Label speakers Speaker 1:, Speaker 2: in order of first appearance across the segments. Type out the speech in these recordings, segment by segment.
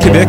Speaker 1: Québec,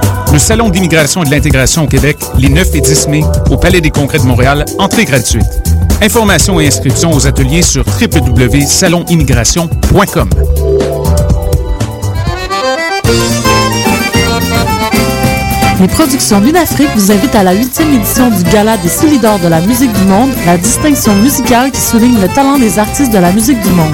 Speaker 1: Le Salon d'immigration et de l'intégration au Québec, les 9 et 10 mai, au Palais des Congrès de Montréal, entrée gratuite. Informations et inscriptions aux ateliers sur www.salonimmigration.com.
Speaker 2: Les productions Lunafrique vous invitent à la huitième édition du Gala des Solidors de la musique du monde, la distinction musicale qui souligne le talent des artistes de la musique du monde.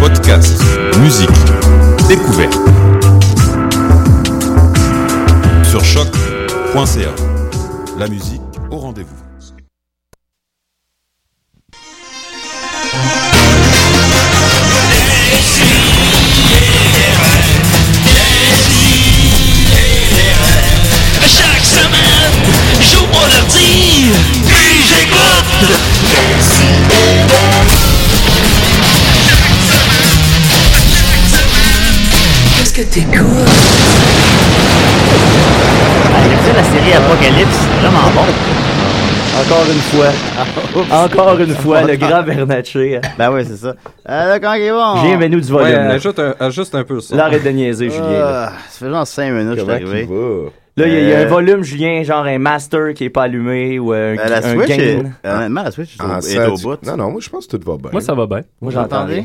Speaker 3: Podcast, musique, découverte. Sur choc.ca. La musique au rendez-vous.
Speaker 4: Chaque semaine, j'ouvre mon ordi, puis j'écoute. Qu'est-ce que t'écoutes?
Speaker 5: J'ai la série Apocalypse, vraiment bon. Ah,
Speaker 6: Encore une fois. Encore une fois, le grand hein. Bernatchez.
Speaker 5: Ben oui, c'est ça. Euh, quand il est bon.
Speaker 6: J'ai nous du
Speaker 7: Ouais,
Speaker 6: volume. là.
Speaker 7: ajoute un, ajuste un peu ça.
Speaker 6: L'arrête de niaiser, Julien. là.
Speaker 5: Ah, ça fait genre 5 minutes que je suis arrivé.
Speaker 6: Là, il y, a- il y a
Speaker 5: Euh,
Speaker 6: un volume, Julien, genre un master qui est pas allumé ou un,
Speaker 5: Euh, la
Speaker 6: un
Speaker 5: Switch, est...
Speaker 6: gain.
Speaker 5: honnêtement, la Switch
Speaker 8: Ah,
Speaker 5: est
Speaker 8: ça,
Speaker 5: au
Speaker 8: tu-
Speaker 5: bout.
Speaker 8: Non, non, moi, je pense que tout va bien.
Speaker 9: Moi, ça va bien.
Speaker 6: Moi, j'entends
Speaker 5: J'entendais.
Speaker 6: rien.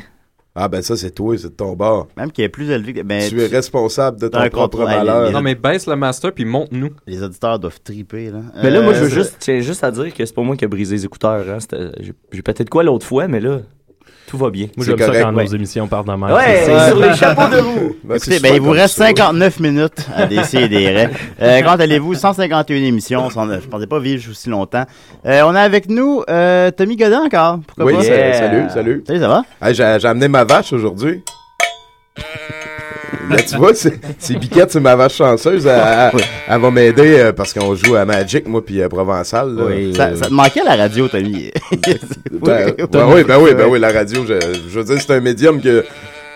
Speaker 8: Ah, ben ça, c'est toi, c'est de ton bord.
Speaker 5: Même qui est plus élevé que. Ben,
Speaker 8: tu es responsable de
Speaker 5: t'as un
Speaker 8: ton propre
Speaker 5: contrôle.
Speaker 8: malheur.
Speaker 7: Non, mais baisse le master puis monte-nous.
Speaker 5: Les auditeurs doivent triper, là.
Speaker 6: Mais là, moi, je
Speaker 5: Euh,
Speaker 6: veux juste, tiens, juste à dire que c'est pas moi qui ai brisé les écouteurs. Hein. C'était- J'ai j'ai peut-être quoi l'autre fois, mais là, tout va bien.
Speaker 9: Moi,
Speaker 8: C'est
Speaker 9: j'aime ça
Speaker 8: correct,
Speaker 9: quand
Speaker 8: ouais.
Speaker 9: nos émissions parlent dans ma
Speaker 6: Ouais,
Speaker 8: c'est-
Speaker 6: sur les chapeaux de roue.
Speaker 8: Ben, c'est
Speaker 5: Écoutez, ben,
Speaker 8: souvent
Speaker 5: il vous
Speaker 8: comme
Speaker 5: reste
Speaker 8: ça.
Speaker 5: 59 minutes à décider des raies. Euh, quand allez-vous? 151 émissions. sans- je pensais pas vivre aussi longtemps. Euh, on a avec nous euh, Tommy Godin encore. Pourquoi
Speaker 8: Oui,
Speaker 5: pas?
Speaker 8: sa-
Speaker 6: Yeah.
Speaker 8: salut, salut.
Speaker 5: Salut, ça va?
Speaker 8: Hey, j'ai, j'ai amené ma vache aujourd'hui. Là, tu vois, c'est, c'est Biquette, c'est ma vache chanceuse. Elle, elle- elle va m'aider euh, parce qu'on joue à Magic, moi, puis euh, Provençal. là. Euh,
Speaker 5: Ça, ça te manquait la radio, Tommy.
Speaker 8: Ben, ben oui, ben oui, ben oui, la radio, je, je veux dire, c'est un médium que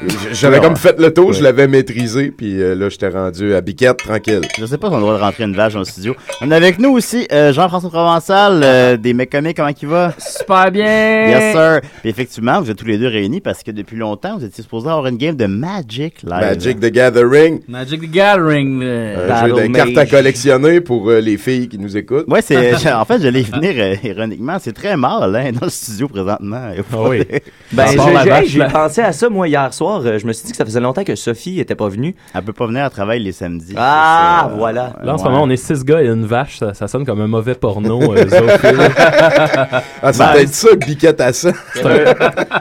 Speaker 8: j- j'avais comme fait le tour, je l'avais maîtrisé, puis euh, là, j'étais rendu à Biquette, tranquille.
Speaker 5: Je sais pas si on doit rentrer une vache dans le studio. On a avec nous aussi euh, Jean-François Provençal, euh, des mecs comiques, comment il va?
Speaker 10: Super bien!
Speaker 5: Yes, sir. Puis effectivement, vous êtes tous les deux réunis parce que depuis longtemps, vous étiez supposés avoir une game de Magic live.
Speaker 8: Magic the Gathering,
Speaker 10: Magic the
Speaker 6: euh,
Speaker 10: Gathering! là.
Speaker 8: un
Speaker 6: Battle
Speaker 8: jeu de
Speaker 6: Mage.
Speaker 8: cartes à collectionner pour euh, les filles qui nous écoutent.
Speaker 5: Ouais, c'est. en fait, je l'ai venir euh, ironiquement. C'est très mal, hein, dans le studio présentement.
Speaker 9: Ah oui.
Speaker 6: Ben,
Speaker 5: Ça
Speaker 6: j'ai-
Speaker 5: part la
Speaker 6: j'ai
Speaker 5: vache,
Speaker 6: j'ai pensé à ça, moi, hier soir. Euh, Je me suis dit que ça faisait longtemps que Sophie était pas venue.
Speaker 5: Elle peut pas venir à travailler les samedis.
Speaker 6: Ah,
Speaker 5: C'est,
Speaker 6: voilà.
Speaker 9: Là, en ce
Speaker 5: ouais.
Speaker 9: moment, on est six gars et une vache. Ça, ça sonne comme un mauvais porno. euh, zoophile.
Speaker 8: Ah, c'est peut-être ça, Biquette à ça.
Speaker 6: Ben,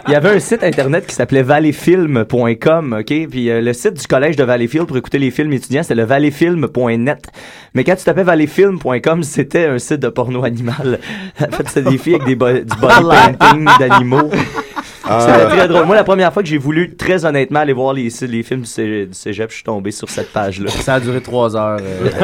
Speaker 6: Il y avait un site internet qui s'appelait valleyfilm.com, OK? Puis euh, le site du collège de Valleyfield pour écouter les films étudiants, c'était le valleyfilm.net. Mais quand tu tapais valleyfilm.com, c'était un site de porno animal. En fait, c'était des filles avec des bo- du body painting d'animaux. C'était
Speaker 8: Ah,
Speaker 6: très drôle. Moi, la première fois que j'ai voulu, très honnêtement, aller voir les, les films du cé- du cégep, je suis tombé sur cette page-là.
Speaker 10: Ça a duré trois heures. euh.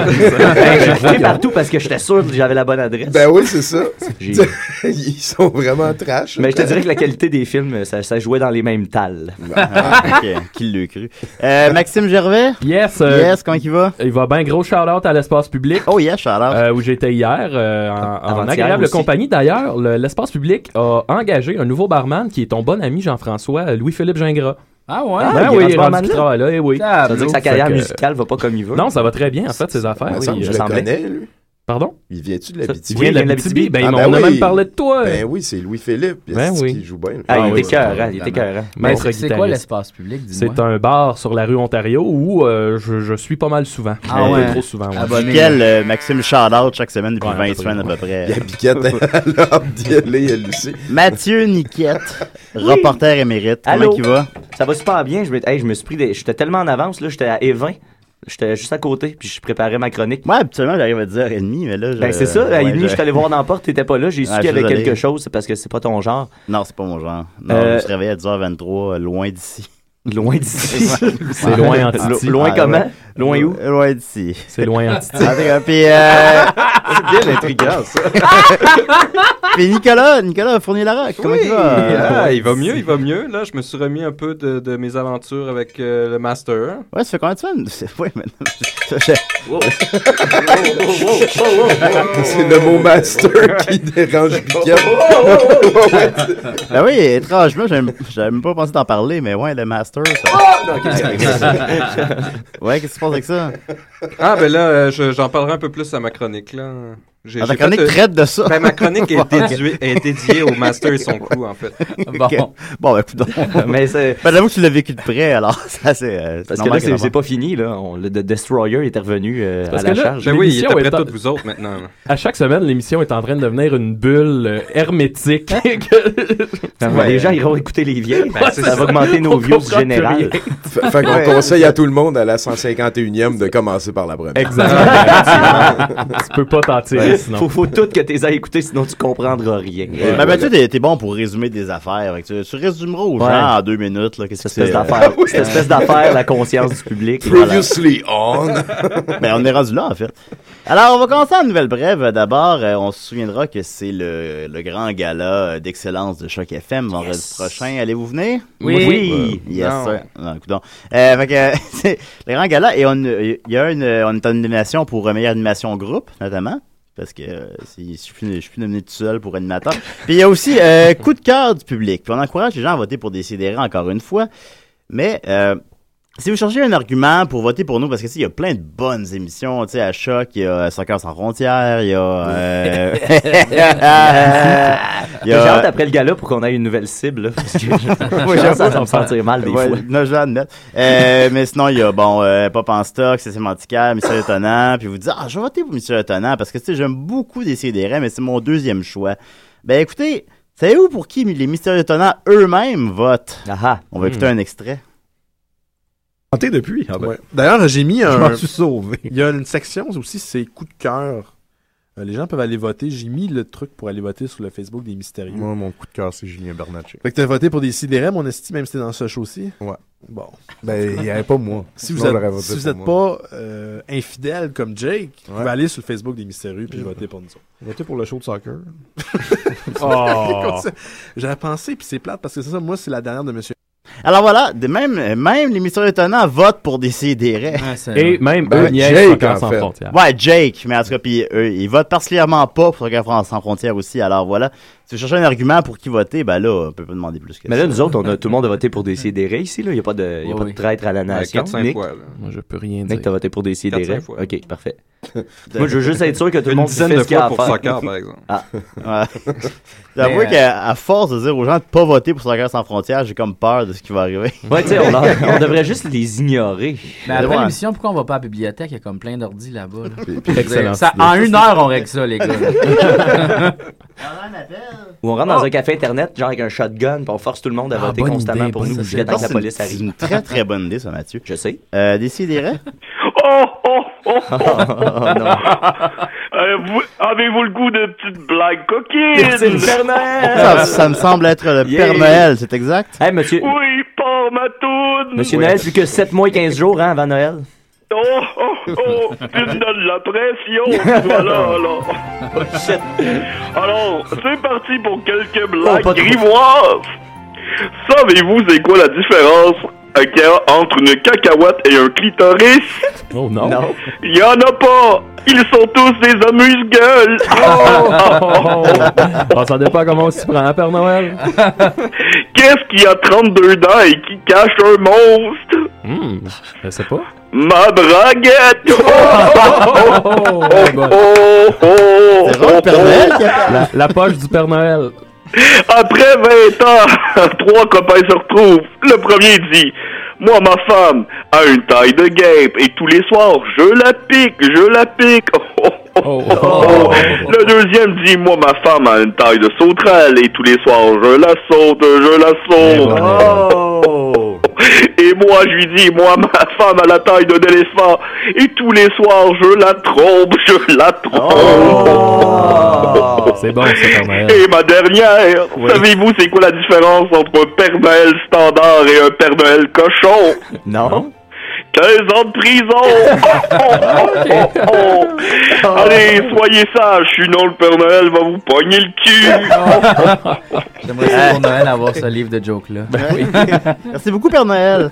Speaker 6: Ben, J'ai cliqué partout parce que j'étais sûr que j'avais la bonne adresse.
Speaker 8: ben oui, c'est ça.
Speaker 6: J'ai-
Speaker 8: Ils sont vraiment trash.
Speaker 6: Mais je te dirais que la qualité des films, ça, ça jouait dans les mêmes talles.
Speaker 8: Ben.
Speaker 5: Ah, ok. Qui l'a cru? Euh, Maxime Gervais?
Speaker 9: yes, euh,
Speaker 5: Yes, comment il va?
Speaker 9: il va bien gros shout-out à l'espace public.
Speaker 5: Oh, yes, Charles.
Speaker 9: euh, où j'étais hier, euh, en, en
Speaker 6: Avant-hier
Speaker 9: agréable
Speaker 6: aussi.
Speaker 9: compagnie. D'ailleurs, le- l'espace public a engagé un nouveau barman qui est ton bon ami Jean-François, euh, Louis-Philippe Gingras. Ben
Speaker 10: Ah ouais?
Speaker 6: Ah, il est rendu
Speaker 9: oui, il est rendu
Speaker 6: barman
Speaker 9: qu'il
Speaker 6: là?
Speaker 9: travaille là, eh oui.
Speaker 10: Tableau.
Speaker 6: Ça veut dire que sa carrière
Speaker 9: Fait que-
Speaker 6: musicale va pas comme il veut.
Speaker 9: Non, ça va très bien, en fait, ses affaires.
Speaker 8: Il me
Speaker 9: oui.
Speaker 8: semble que je
Speaker 6: je
Speaker 8: le
Speaker 6: sens bien.
Speaker 8: connais, lui.
Speaker 9: Pardon?
Speaker 8: Il vient-tu de
Speaker 9: Ça-
Speaker 8: l'Abitibi? Ah,
Speaker 9: il vient de Oui, l'Abitibi. Ben, on a même parlé de toi.
Speaker 8: Ben oui, c'est Louis Philippe.
Speaker 9: Ben
Speaker 8: Est-ce
Speaker 9: oui.
Speaker 8: qu'il joue bien.
Speaker 9: Ah, il était
Speaker 8: cœur,
Speaker 9: écœurant, il était écœurant.
Speaker 10: Mais
Speaker 9: Maître
Speaker 10: c'est- c'est quoi
Speaker 9: guitariste.
Speaker 10: l'espace public, dis-moi?
Speaker 9: C'est un bar sur la rue Ontario où euh, je, je suis pas mal souvent.
Speaker 5: Ah
Speaker 9: Un peu
Speaker 5: ouais.
Speaker 9: trop souvent. ouais.
Speaker 5: Duquel, euh, Maxime Shout-out chaque semaine depuis
Speaker 9: Ouais, à peu
Speaker 5: 20
Speaker 9: près.
Speaker 5: semaines à peu près.
Speaker 8: Il y a Biquette à l'ordre d'y aller, elle aussi.
Speaker 5: Mathieu Niquette,
Speaker 6: Oui.
Speaker 5: reporter émérite. Comment
Speaker 6: Allô?
Speaker 5: il va?
Speaker 6: Ça va super bien. Je me, hey, je me suis pris des. J'étais tellement en avance, là, j'étais à E20. J'étais juste à côté, puis je préparais ma chronique.
Speaker 5: Moi, habituellement, j'arrive à 10h30, mais là, je...
Speaker 6: Ben, c'est ça, à
Speaker 5: Euh, ouais,
Speaker 6: 1h30, je suis allé voir dans la porte, t'étais pas là, j'ai su
Speaker 5: Ah,
Speaker 6: qu'il y avait
Speaker 5: je suis
Speaker 6: quelque
Speaker 5: allé.
Speaker 6: chose, c'est parce que c'est pas ton genre.
Speaker 5: Non, c'est pas mon genre. Non,
Speaker 6: Euh,
Speaker 5: je me suis réveillé à 10h23, euh, loin d'ici.
Speaker 6: Loin d'ici. C'est
Speaker 5: Ouais.
Speaker 6: loin en Titi.
Speaker 5: Lo-
Speaker 6: Loin comment? Loin où?
Speaker 5: Loin d'ici.
Speaker 9: C'est loin en Titi.
Speaker 5: En tout cas, puis, euh,
Speaker 8: C'est bien intriguant, ça.
Speaker 5: puis Nicolas, Nicolas Fournier-Larocque, comment il va?
Speaker 7: Ah, il va mieux, il va mieux. Là, je me suis remis un peu de, de mes aventures avec euh, le master.
Speaker 5: Ouais, ça fait combien de semaines? C'est- Ouais, maintenant. Ça, je-
Speaker 8: C'est le mot master qui dérange Biquette.
Speaker 5: Ben oui, étrangement, j'aime- j'avais même pas pensé d'en parler, mais ouais, le master, ça... ouais, qu'est-ce qui se passe avec ça?
Speaker 7: Ah, ben là, euh, je- j'en parlerai un peu plus à ma chronique. Là. J'ai-
Speaker 5: Ah, ta
Speaker 7: j'ai
Speaker 5: chronique
Speaker 7: fait, euh,
Speaker 5: traite de ça.
Speaker 7: Ben, ma chronique est, déduée- est dédiée au master et son coup, en fait.
Speaker 10: Bon.
Speaker 5: Ok. Bon, ben, coudonc.
Speaker 6: Mais c'est.
Speaker 5: Ben, j'avoue que tu l'as vécu de près, alors, ça, c'est. euh, c'est
Speaker 6: Parce que
Speaker 5: normal
Speaker 6: là, c'est
Speaker 5: que ça
Speaker 6: c'est pas fini, là. On- le The Destroyer est revenu euh, à
Speaker 9: Parce
Speaker 6: la
Speaker 9: que là,
Speaker 6: charge.
Speaker 7: Ben oui, il est
Speaker 9: L'émission
Speaker 7: après
Speaker 9: est en-
Speaker 7: tous vous autres maintenant. là.
Speaker 9: À chaque semaine, l'émission est en train de devenir une bulle euh, hermétique. Que-
Speaker 6: Ouais, Les gens iront écouter les vieilles.
Speaker 7: Ben, c'est
Speaker 6: ça, va
Speaker 7: ça.
Speaker 6: augmenter nos
Speaker 9: On
Speaker 6: views
Speaker 9: comprend plus rien.
Speaker 6: générales.
Speaker 8: Fait fait qu'on conseille à tout le monde à la 151e de commencer par la première.
Speaker 9: Exactement. tu peux pas t'en tirer sinon.
Speaker 6: Faut, faut tout que t'es à écouter, sinon tu comprendras rien.
Speaker 5: va. Ben, Mathieu, t'es, t'es bon pour résumer des affaires. fait que tu, tu résumeras aux
Speaker 6: Ouais.
Speaker 5: gens en deux minutes, là, qu'est-ce que
Speaker 6: Cette
Speaker 5: c'est.
Speaker 6: espèce
Speaker 5: euh,
Speaker 6: d'affaire, cette espèce d'affaire, la conscience du public.
Speaker 8: Previously on.
Speaker 5: ben, on est rendu là, en fait. Alors, on va commencer en nouvelle brève. D'abord, euh, on se souviendra que c'est le, le grand gala euh, d'excellence de Choc FM vendredi prochain. Allez-vous venir?
Speaker 10: Oui.
Speaker 5: Oui. Yes,
Speaker 7: Non.
Speaker 5: sir. Non, coudonc. Euh, fait que, euh, c'est le grand gala, et on, euh, il y a une, on est en nomination pour euh, meilleure animation groupe, notamment. Parce que euh, si- je suis, plus- je suis plus nominé tout seul pour animateur. Puis il y a aussi euh, coup de cœur du public. Puis on encourage les gens à voter pour Décidérant encore une fois. Mais euh, si vous cherchez un argument pour voter pour nous, parce que tu sais, il y a plein de bonnes émissions, tu sais, à Choc, il y a euh, Soccer sans frontières, il y a... euh, il y
Speaker 6: J'ai
Speaker 5: a-
Speaker 6: hâte après le gala pour qu'on ait une nouvelle cible. Là, parce que je-
Speaker 5: Oui,
Speaker 6: je
Speaker 5: j'avoue.
Speaker 6: pense que ça va me sentir mal des
Speaker 5: Ouais,
Speaker 6: fois.
Speaker 5: non, je l'admets. Euh, mais sinon, il y a, bon, euh, Pop en stock, c'est sémantical, Monsieur Étonnant, puis vous dites, ah, je vais voter pour Monsieur Étonnant, parce que, tu sais, j'aime beaucoup d'essayer des mais c'est mon deuxième choix. Ben, écoutez, savez-vous pour qui les Mystères Étonnants eux-mêmes votent?
Speaker 6: Ah ah.
Speaker 5: On va écouter un extrait.
Speaker 11: Tenté depuis. ah ben. D'ailleurs, j'ai mis
Speaker 12: Je
Speaker 11: un.
Speaker 12: m'en suis sauvé.
Speaker 11: Il y a une section aussi, c'est coup de cœur. Euh, les gens peuvent aller voter. J'ai mis le truc pour aller voter sur le Facebook des Mystérieux.
Speaker 12: Moi, mon coup de cœur, c'est Julien Bernatchez.
Speaker 11: Fait que t'as voté pour des CDRM, on estime, même si t'es dans ce show aussi.
Speaker 12: Ouais.
Speaker 11: Bon.
Speaker 12: Ben, il n'y avait pas moi.
Speaker 11: Si vous
Speaker 12: Sinon, j'aurais
Speaker 11: n'êtes
Speaker 12: voté pour moi.
Speaker 11: pas euh, infidèle comme Jake, vous
Speaker 12: Ouais.
Speaker 11: pouvez aller sur le Facebook des Mystérieux puis voter pour nous autres.
Speaker 12: Voté pour le show de soccer.
Speaker 11: Comme ça. J'avais pensé, puis c'est plate parce que c'est ça, moi, c'est la dernière de Monsieur.
Speaker 5: Alors voilà, de même, même les Mystères Étonnants votent pour décider des
Speaker 10: Ah, c'est-
Speaker 9: Et même
Speaker 8: Ben,
Speaker 9: eux niaisent
Speaker 8: Jake,
Speaker 9: Soccer
Speaker 8: en
Speaker 9: sans
Speaker 8: fait.
Speaker 9: frontières.
Speaker 5: Ouais, Jake, mais en tout cas, puis eux, ils votent particulièrement pas pour la France sans frontières aussi, alors voilà. Si vous cherchez un argument pour qui voter, ben là, on peut pas demander plus que
Speaker 6: Mais
Speaker 5: ça.
Speaker 6: là, nous autres, on a, tout le monde a voté pour Décidéré ici. Il n'y a pas de, y a
Speaker 10: Oui,
Speaker 6: pas de
Speaker 10: oui.
Speaker 6: traître à la
Speaker 7: Ouais,
Speaker 6: nation.
Speaker 7: 4-5
Speaker 6: Nick,
Speaker 7: fois. là.
Speaker 9: Moi, je peux rien
Speaker 6: Nick,
Speaker 9: dire.
Speaker 6: t'as voté pour Décidéré.
Speaker 7: Quatre, cinq fois.
Speaker 6: OK, parfait. Moi, je veux juste être sûr que tout le
Speaker 7: Une
Speaker 6: monde fait
Speaker 7: dizaine
Speaker 6: ce
Speaker 7: de
Speaker 6: qu'il y a
Speaker 7: fois
Speaker 6: à
Speaker 7: pour
Speaker 6: faire.
Speaker 7: soccer, par exemple.
Speaker 5: Ah, Ouais. J'avoue
Speaker 10: Mais, euh,
Speaker 5: qu'à à force de dire aux gens de pas voter pour Soccer sans frontières, j'ai comme peur de ce qui va arriver.
Speaker 6: Ouais, tu sais, on, leur- on devrait juste les ignorer.
Speaker 10: Mais après
Speaker 5: Ouais.
Speaker 10: l'émission, pourquoi on va pas à la bibliothèque? Il y a comme plein d'ordi là-bas. là.
Speaker 9: Excellent.
Speaker 10: Ça, en une heure, on règle ça, les gars.
Speaker 6: Ou on rentre
Speaker 5: Ah!
Speaker 6: dans un café Internet, genre avec un shotgun, puis on force tout le monde à
Speaker 9: Ah,
Speaker 6: voter
Speaker 9: bonne
Speaker 6: constamment
Speaker 9: idée,
Speaker 6: pour
Speaker 9: bonne
Speaker 6: nous
Speaker 9: idée.
Speaker 6: jusqu'à temps que la police
Speaker 5: C'est
Speaker 6: arrive.
Speaker 5: une très très bonne idée, ça, Mathieu.
Speaker 6: Je sais.
Speaker 5: Euh, Décidérez.
Speaker 13: Oh, oh, oh,
Speaker 6: Oh,
Speaker 5: Ah,
Speaker 6: non.
Speaker 13: euh, vous- avez-vous le goût de petites blagues
Speaker 6: C'est le
Speaker 13: coquines?
Speaker 6: Père Noël!
Speaker 5: ça, ça me semble être le
Speaker 6: Yeah.
Speaker 5: Père Noël, c'est exact?
Speaker 6: Hey, monsieur,
Speaker 13: Oui, par ma toune!
Speaker 6: monsieur Noël, plus que 7 mois et 15 jours hein, avant Noël.
Speaker 13: Oh, oh, oh, tu me donnes la pression! Voilà, alors.
Speaker 6: shit.
Speaker 13: Alors, c'est parti pour quelques
Speaker 6: Oh, pas
Speaker 13: blagues
Speaker 6: trop.
Speaker 13: grivoises! Savez-vous c'est quoi la différence euh, qu'il y a entre une cacahuète et un clitoris?
Speaker 9: Oh non.
Speaker 6: Non.
Speaker 13: Il y en a pas! Ils sont tous des amuse-gueules!
Speaker 6: Oh,
Speaker 9: On s'en Ah, dépend comment on s'y prend, hein, Père Noël?
Speaker 13: Qu'est-ce qui a 32 dents et qui cache un monstre?
Speaker 9: Hmm, je sais pas.
Speaker 13: Ma braguette! Oh, oh, oh, oh, oh, oh, oh, oh.
Speaker 9: La, la poche du Père Noël.
Speaker 13: Après 20 ans, trois copains se retrouvent. Le premier dit Moi, ma femme a une taille de guêpe et tous les soirs, je la pique, je la pique. Oh, oh, oh, oh. Le deuxième dit Moi, ma femme a une taille de sauterelle et tous les soirs, je la saute, je la saute. Oh. Et moi, je lui dis, moi, ma femme a la taille d'un éléphant. Et tous les soirs, je la trompe, je la trompe.
Speaker 9: C'est bon, ça, Père Noël.
Speaker 13: Et ma dernière, savez-vous c'est quoi la différence entre un Père Noël standard et un Père Noël cochon?
Speaker 6: Non.
Speaker 13: 15 ans de prison! Oh, oh, oh, oh, oh. Allez, soyez sages, sinon le Père Noël va vous pogner le cul!
Speaker 10: J'aimerais ça pour Noël avoir ce livre de jokes-là.
Speaker 5: Merci beaucoup, Père Noël.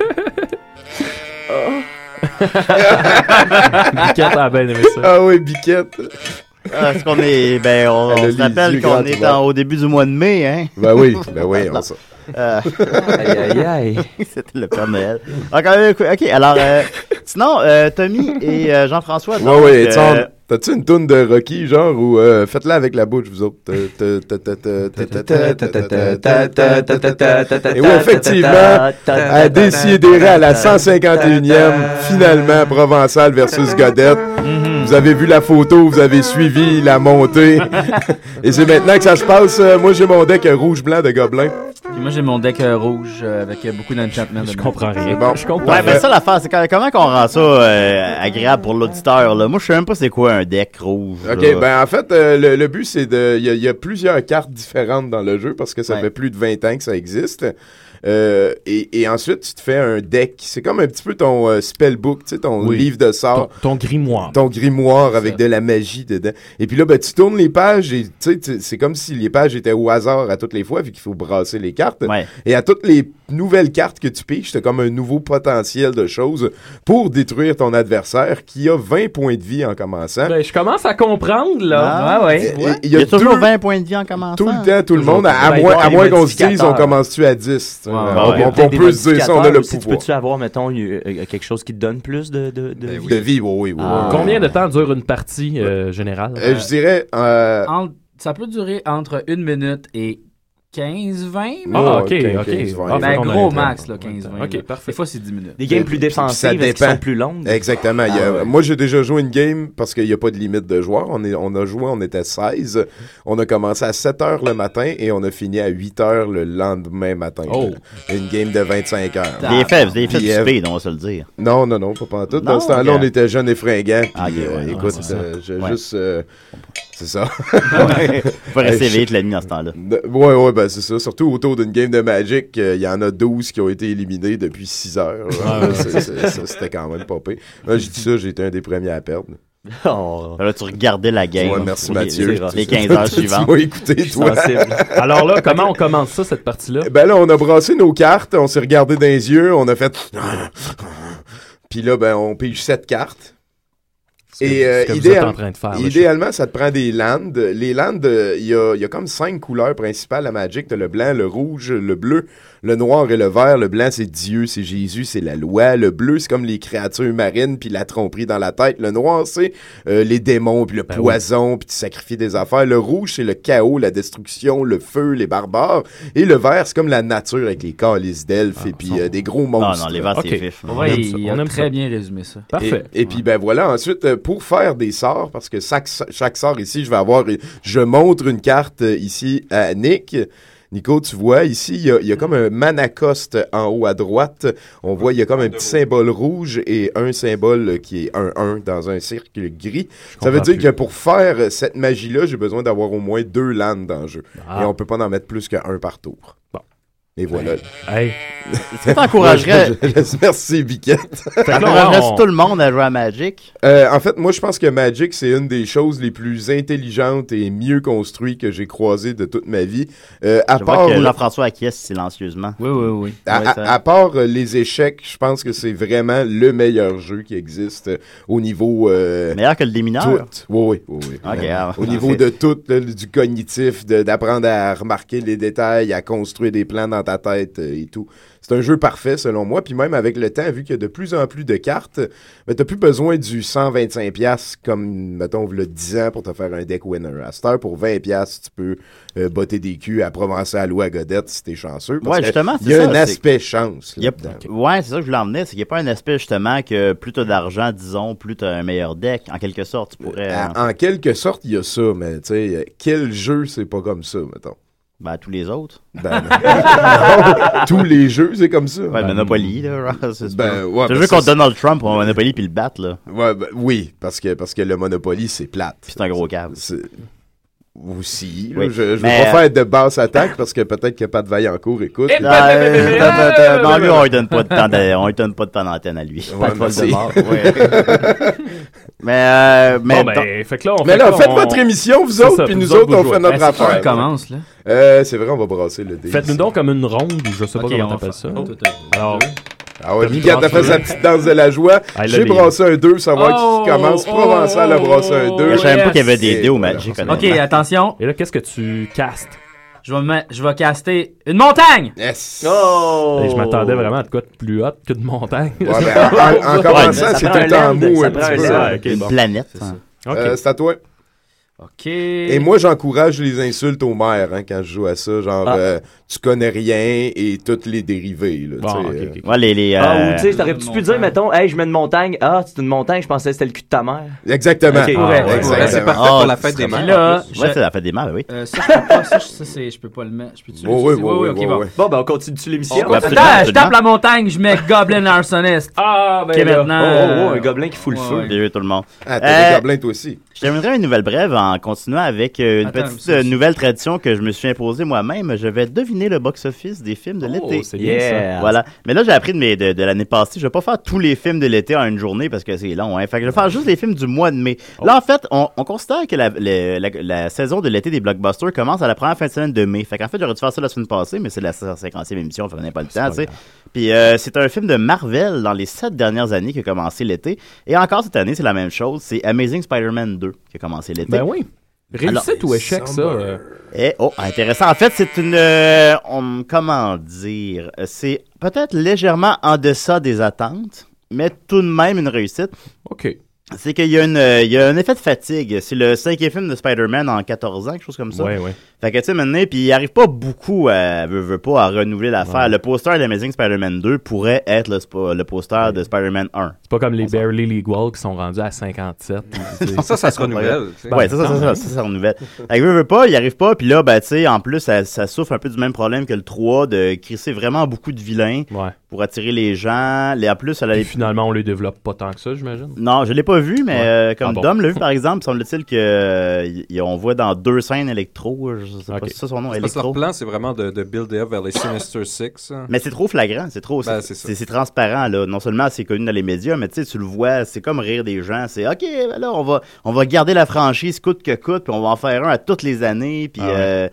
Speaker 9: Biquette a bien aimé ça.
Speaker 8: Ah oui, Biquette.
Speaker 5: Parce qu'on est. Ben, on,
Speaker 8: Elle a
Speaker 5: on
Speaker 8: les
Speaker 5: se rappelle
Speaker 8: yeux
Speaker 5: qu'on
Speaker 8: grands
Speaker 5: est
Speaker 8: ouverts.
Speaker 5: en- au début du mois de mai, hein?
Speaker 8: Ben oui, ben oui, on sait.
Speaker 5: Euh,
Speaker 8: Aïe, aïe, aïe.
Speaker 5: C'était le Père Noël. Ah, quand même, ok, alors, euh, sinon, euh, Tommy et euh, Jean-François.
Speaker 8: Ouais,
Speaker 5: donc,
Speaker 8: ouais,
Speaker 5: euh,
Speaker 8: Étienne, t'as-tu une toune de Rocky, genre, ou euh, faites-la avec la bouche, vous autres? Et oui, effectivement, à décider à la 151e, finalement, Provençal versus Godette. Vous avez vu la photo, vous avez suivi la montée. Et c'est maintenant que ça se passe. Euh, Moi, j'ai mon deck rouge-blanc de gobelins.
Speaker 10: Puis moi, j'ai mon deck euh, rouge euh, avec euh, beaucoup d'enchantment. Je comprends
Speaker 9: rien.
Speaker 10: Je
Speaker 5: Ouais, ben ça l'affaire, c'est quand- comment qu'on rend ça euh, agréable pour l'auditeur, là? Moi, je sais même pas c'est quoi un deck rouge. là.
Speaker 8: OK, ben en fait, euh, le, le but, c'est de... Il y, a- il y a plusieurs cartes différentes dans le jeu parce que ça fait plus de 20 ans que ça existe. Euh, et, et ensuite, tu te fais un deck. C'est comme un petit peu ton euh, spellbook, tu sais, ton
Speaker 12: Oui.
Speaker 8: livre de sorts.
Speaker 12: Ton
Speaker 5: Ah,
Speaker 12: grimoire.
Speaker 8: Ton grimoire avec de la magie dedans. Et puis là, ben, tu tournes les pages et tu sais, tu- c'est comme si les pages étaient au hasard à toutes les fois, vu qu'il faut brasser les cartes. Et à toutes les nouvelles cartes que tu piges, t'as comme un nouveau potentiel de choses pour détruire ton adversaire qui a 20 points de vie en commençant.
Speaker 9: Ben, je commence à comprendre, là.
Speaker 5: Ah, ouais, ouais.
Speaker 8: Et- et
Speaker 5: Il y a, toujours
Speaker 8: deux-
Speaker 5: 20 points de vie en commençant.
Speaker 8: tout le temps, tout le
Speaker 5: Toujours.
Speaker 8: monde, à, à
Speaker 5: Ben,
Speaker 8: moins, à
Speaker 5: les
Speaker 8: moins qu'on se dise,
Speaker 5: modificateurs.
Speaker 8: on commence-tu à 10.
Speaker 6: Ouais,
Speaker 8: Euh,
Speaker 6: ouais, ouais.
Speaker 8: on- on
Speaker 6: Des
Speaker 8: peut se dire ça, on a le
Speaker 6: modificateurs aussi,
Speaker 8: pouvoir.
Speaker 6: Tu peux-tu avoir, mettons, une- euh, quelque chose qui te donne plus de, de, de vie?
Speaker 8: De vie, oui, oui. oui.
Speaker 6: Ah.
Speaker 9: Combien de temps dure une partie euh, générale?
Speaker 8: Euh, je dirais... euh,
Speaker 10: En- ça peut durer entre 1 minute et 15-20.
Speaker 9: Ah,
Speaker 10: mais-
Speaker 9: ok,
Speaker 10: Ouais,
Speaker 9: ok.
Speaker 10: 15-20.
Speaker 9: Ah,
Speaker 10: ben,
Speaker 9: on a
Speaker 10: gros
Speaker 9: le
Speaker 10: max,
Speaker 9: temps.
Speaker 10: là, 15-20.
Speaker 9: Ok,
Speaker 10: là.
Speaker 9: parfait.
Speaker 10: Des fois, c'est 10 minutes.
Speaker 6: Des games plus défensives, est-ce qu'ils sont plus Ah, longues?
Speaker 8: Exactement. Il y a- Moi, j'ai déjà joué une game parce qu'il n'y a pas de limite de joueurs. On, est, on a joué, on était 16. On a commencé à 7 heures le matin et on a fini à 8 heures le lendemain matin.
Speaker 5: Oh.
Speaker 8: Une game de 25 heures.
Speaker 5: Des fèves, des fèves
Speaker 8: Puis,
Speaker 5: du
Speaker 8: euh,
Speaker 5: speed, on va se le dire.
Speaker 8: Non, non, non, pas pantoute.
Speaker 5: Non,
Speaker 8: Dans ce temps-là,
Speaker 5: ok.
Speaker 8: on était jeunes et fringants. Puis,
Speaker 5: Ah, ok,
Speaker 8: euh,
Speaker 5: ouais, ouais,
Speaker 8: écoute,
Speaker 5: c'est ça.
Speaker 8: euh, je-
Speaker 5: Ouais.
Speaker 8: juste. euh, c'est ça.
Speaker 5: Faut rester
Speaker 8: Euh, je-
Speaker 5: vite la nuit dans ce temps-là.
Speaker 8: de- Ouais, ouais, ben c'est ça. Surtout autour d'une game de Magic, euh, il y en a 12 qui ont été éliminés depuis 6 heures.
Speaker 5: Ouais, ouais.
Speaker 8: C'est- c'est- ça, C'était quand même pas pire. Moi, j'ai dit ça, j'ai été un des premiers à perdre.
Speaker 9: Oh.
Speaker 5: Là, tu regardais la game.
Speaker 8: Ouais, merci,
Speaker 5: les-
Speaker 8: Mathieu.
Speaker 5: Les 15 heures suivantes.
Speaker 8: Tu m'as écouté, toi.
Speaker 9: Alors là, comment on commence ça, cette partie-là?
Speaker 8: Ben là, on a brassé nos cartes, on s'est regardé dans les yeux, on a fait. Puis là, ben, on pige sept cartes.
Speaker 9: que-
Speaker 8: Et euh,
Speaker 9: ce que vous
Speaker 8: idéal-
Speaker 9: êtes en train de faire, là,
Speaker 8: idéalement, ça te prend des landes. Les landes, euh, il y a, il y a comme cinq couleurs principales à Magic. T'as le blanc, le rouge, le bleu, le noir et le vert. Le blanc, c'est Dieu, c'est Jésus, c'est la loi. Le bleu, c'est comme les créatures marines, puis la tromperie dans la tête. Le noir, c'est euh, les démons, puis le
Speaker 9: Ben oui.
Speaker 8: poison, puis tu sacrifies des affaires. Le rouge, c'est le chaos, la destruction, le feu, les barbares. Et le vert, c'est comme la nature avec les calices
Speaker 5: Ah,
Speaker 8: d'elfes et puis euh, des gros monstres.
Speaker 5: non, les verts, c'est Ok.
Speaker 8: hein.
Speaker 5: vif.
Speaker 10: Ouais, il a très bien résumé ça.
Speaker 9: Parfait.
Speaker 8: Et, et puis, ben voilà, ensuite, euh, pour faire des sorts, parce que chaque, chaque sort ici, je vais avoir, euh, je montre une carte euh, ici à Nick. Nico, tu vois, ici, il y a, il y a comme un manacoste en haut à droite. On voit, il y a comme un petit symbole rouge et un symbole euh, qui est un 1 dans un cercle gris. Ça veut
Speaker 12: comprends
Speaker 8: dire
Speaker 12: plus.
Speaker 8: que pour faire euh, cette magie-là, j'ai besoin d'avoir au moins deux landes dans le jeu.
Speaker 9: Ah.
Speaker 8: Et on peut pas en mettre plus qu'un par tour. Bon. Et voilà.
Speaker 9: Hey.
Speaker 5: Est-ce que t'encouragerais-
Speaker 8: Je- je- je- Merci, Biquette.
Speaker 5: T'encouragerais-tu tout le monde à jouer à Magic?
Speaker 8: Euh, en fait, moi, je pense que Magic, c'est une des choses les plus intelligentes et mieux construites que j'ai croisées de toute ma vie. Euh, à
Speaker 5: Je
Speaker 8: part
Speaker 5: vois que
Speaker 8: le-
Speaker 5: Jean-François acquiesce silencieusement.
Speaker 10: Oui, oui, oui.
Speaker 8: à,
Speaker 5: Ouais,
Speaker 8: à-
Speaker 5: ça-
Speaker 8: à part euh, les échecs, je pense que c'est vraiment le meilleur jeu qui existe euh, au niveau. euh,
Speaker 5: meilleur que le démineur?
Speaker 8: Tout. Oui, oui, oui.
Speaker 5: Ok,
Speaker 8: Euh,
Speaker 5: ah,
Speaker 8: au niveau
Speaker 5: c'est-
Speaker 8: de tout, là, du cognitif, de- d'apprendre à remarquer les détails, à construire des plans dans dans ta tête euh, et tout. C'est un jeu parfait selon moi. Puis même avec le temps, vu qu'il y a de plus en plus de cartes, mais t'as plus besoin du 125$ comme, mettons, le 10 ans pour te faire un deck winner. À cette heure, pour 20$, tu peux euh, botter des culs à Provençal ou à Godette si t'es chanceux. parce
Speaker 5: Ouais,
Speaker 8: que
Speaker 5: justement, c'est
Speaker 8: Il y a
Speaker 5: ça,
Speaker 8: un
Speaker 5: c'est-
Speaker 8: aspect chance.
Speaker 5: Il y a- Ouais, c'est ça que je voulais emmener. C'est qu'il n'y a pas un aspect justement que plus t'as d'argent, disons, plus t'as un meilleur deck. En quelque sorte, tu pourrais. euh,
Speaker 8: À- Euh, Ah, en quelque sorte, il y a ça, mais tu sais, euh, quel jeu c'est pas comme ça, mettons?
Speaker 5: Ben, tous les autres.
Speaker 8: Ben, non. Non, tous les jeux, c'est comme ça.
Speaker 5: Ouais, Monopoly, là. C'est
Speaker 8: Ben, ouais,
Speaker 5: c'est
Speaker 8: ben,
Speaker 5: juste
Speaker 8: ça,
Speaker 5: contre
Speaker 8: c'est-
Speaker 5: Donald Trump, on Monopoly puis le bat, là.
Speaker 8: Ouais, ben, oui, parce que, parce que le Monopoly, c'est plate.
Speaker 5: c'est un gros cave.
Speaker 8: Aussi, là,
Speaker 5: Oui,
Speaker 8: je, je veux
Speaker 5: mais, euh,
Speaker 8: pas faire de basse attaque parce que peut-être que Pat Vaillancourt écoute.
Speaker 5: Non,
Speaker 8: eh, ben,
Speaker 5: euh, attends, attends, attends. Non, lui, on lui donne pas de temps de- on lui donne pas de temps d'antenne à lui.
Speaker 8: Ouais,
Speaker 5: Pas de vol de
Speaker 8: merci.
Speaker 5: mort, ouais. Mais, euh, mais.
Speaker 8: Bon, ben,
Speaker 5: ton-
Speaker 8: fait que là, on Mais fait là, quoi? faites On- votre émission, vous autres, puis nous autres, on fait notre
Speaker 9: Est-ce qu'on
Speaker 8: affaire.
Speaker 9: commence, là?
Speaker 8: Euh, c'est vrai, on va brasser le dé.
Speaker 9: Faites-nous donc comme une ronde, ou je sais pas
Speaker 8: Ok,
Speaker 9: comment
Speaker 8: on va
Speaker 9: t'appelles ça.
Speaker 8: faire- Oh.
Speaker 9: Alors,
Speaker 8: Ah ouais,
Speaker 9: T'as
Speaker 8: Mika,
Speaker 9: mis
Speaker 8: t'as fait
Speaker 9: branché.
Speaker 8: sa petite danse de la joie.
Speaker 9: Ah, là,
Speaker 8: J'ai
Speaker 9: les-
Speaker 8: brassé un 2, savoir qui commence. Provençal a brassé un 2.
Speaker 10: Je savais même pas qu'il y avait
Speaker 5: des dés au Magic,
Speaker 10: Ok, attention.
Speaker 9: Et là, qu'est-ce que tu castes?
Speaker 10: Je vais, me- je vais caster une montagne!
Speaker 8: Yes!
Speaker 9: hey, je
Speaker 8: Oh.
Speaker 9: m'attendais vraiment à de quoi de plus haute que de montagne.
Speaker 8: ben,
Speaker 10: Ouais, mais en- en- en commençant, Ça c'est prend tout le un temps land, mou, ça un prend petit un peu. land.
Speaker 9: Ah, Ouais, ok,
Speaker 10: Une
Speaker 9: bon.
Speaker 10: planète,
Speaker 9: C'est ça.
Speaker 10: hein.
Speaker 9: Ok.
Speaker 8: Euh, c'est à toi.
Speaker 10: OK.
Speaker 8: Et moi, j'encourage les insultes aux maires hein, quand je joue à ça. Genre,
Speaker 10: Ah.
Speaker 8: euh, tu connais rien et toutes les dérivées. Là, tu sais, euh.
Speaker 6: Ah, ou tu sais, t'aurais-tu pu dire, mettons, hey, je mets une montagne. Ah, c'est une montagne, je pensais que c'était le cul de ta mère.
Speaker 8: Exactement.
Speaker 6: Ok,
Speaker 8: Ah,
Speaker 6: ouais,
Speaker 8: ouais,
Speaker 6: exactement.
Speaker 8: ouais, c'est parfait.
Speaker 5: Ah,
Speaker 8: pour la
Speaker 5: tu
Speaker 8: fête des
Speaker 5: serais
Speaker 8: mères,
Speaker 5: là,
Speaker 8: en plus.
Speaker 5: Ouais,
Speaker 8: Je-
Speaker 5: c'est la fête des mères, oui.
Speaker 10: Euh, ça, je peux pas, ça, je- ça, c'est- je peux pas le mettre. Je peux-tu
Speaker 5: Oui, oui, oui, oui, oui, oui.
Speaker 6: Bon, ben, on continue-tu l'émission?
Speaker 5: Ouais,
Speaker 10: Attends,
Speaker 5: absolument,
Speaker 10: je
Speaker 5: absolument.
Speaker 10: tape la montagne, je mets Goblin Arsonist.
Speaker 9: Ah,
Speaker 5: ben
Speaker 10: Ok,
Speaker 5: Oh,
Speaker 8: Oh,
Speaker 10: maintenant. euh, ben ouais, ouais.
Speaker 5: Salut tout le monde. Euh,
Speaker 8: Ah, t'as des gobelins, toi aussi.
Speaker 5: Je terminerai une nouvelle brève en continuant avec euh, une
Speaker 8: Attends,
Speaker 5: petite
Speaker 8: mais ça,
Speaker 5: euh, nouvelle tradition que je me suis imposée moi-même. Je vais deviner le box-office des films de
Speaker 8: Oh,
Speaker 5: l'été.
Speaker 9: c'est bien, ça.
Speaker 5: Voilà. Mais là, j'ai appris de, mes- de, de l'année passée. Je vais pas faire tous les films de l'été en une journée parce que c'est long. Hein. Fait que je vais faire juste les films du mois de mai.
Speaker 9: Oh.
Speaker 5: Là, en fait, on, on considère que la, le- la- la saison de l'été des blockbusters commence à la première fin de semaine de mai. Fait qu'en fait, j'aurais dû faire ça la semaine passée, mais c'est la 150e émission. Fait qu'on n'a pas le temps, tu sais. Puis euh, c'est un film de Marvel dans les sept dernières années qui a commencé l'été. Et encore cette année, c'est la même chose. C'est Amazing Spider-Man 2 qui a commencé l'été.
Speaker 9: Ben oui. Réussite
Speaker 5: Alors-
Speaker 9: ou échec, ça? euh?
Speaker 5: Eh, oh, intéressant. En fait, c'est une. euh, on- comment dire C'est peut-être légèrement en deçà des attentes, mais tout de même une réussite.
Speaker 9: OK.
Speaker 5: C'est qu'il y, a une, euh, il y a un effet de fatigue. C'est le cinquième film de Spider-Man en 14 ans, quelque chose comme ça.
Speaker 9: Ouais, ouais.
Speaker 5: Fait que, tu sais, maintenant, puis il arrive pas beaucoup à, veut, veut pas à renouveler l'affaire. Le poster d'Amazing Spider-Man 2 pourrait être le, spo- le poster de Spider-Man 1.
Speaker 9: C'est pas comme les Barely Legal qui sont rendus à 57.
Speaker 5: Ça, ça se
Speaker 7: renouvelle, tu sais.
Speaker 5: Ouais, ça, ça, ça, ça, ça, ça se renouvelle. Fait que veut, veut pas, il arrive pas, puis là, ben, tu sais, en plus, ça, ça souffre un peu du même problème que le 3 de crisser vraiment beaucoup de vilains pour attirer les gens. Les, en plus, elle a les-
Speaker 9: Finalement, on les développe pas tant que ça, j'imagine.
Speaker 5: Non, je l'ai pas vu, mais
Speaker 9: Ouais.
Speaker 5: euh, comme
Speaker 9: Ah bon.
Speaker 5: Dom l'a vu, par exemple, semble-t-il que euh, y- y- on voit dans deux scènes électro, je sais pas si c'est ça son nom,
Speaker 7: C'est parce que leur
Speaker 5: électro.
Speaker 7: plan, c'est vraiment de, de build up vers les Sinister Six. hein.
Speaker 5: Mais c'est trop flagrant, c'est trop.
Speaker 7: Ben,
Speaker 5: c'est
Speaker 7: c'est ça.
Speaker 5: c'est- c'est transparent, là. Non seulement c'est connu dans les médias, mais tu sais, tu le vois, c'est comme rire des gens. C'est OK, ben là, on va, on va garder la franchise coûte que coûte, puis on va en faire un à toutes les années. Puis, euh,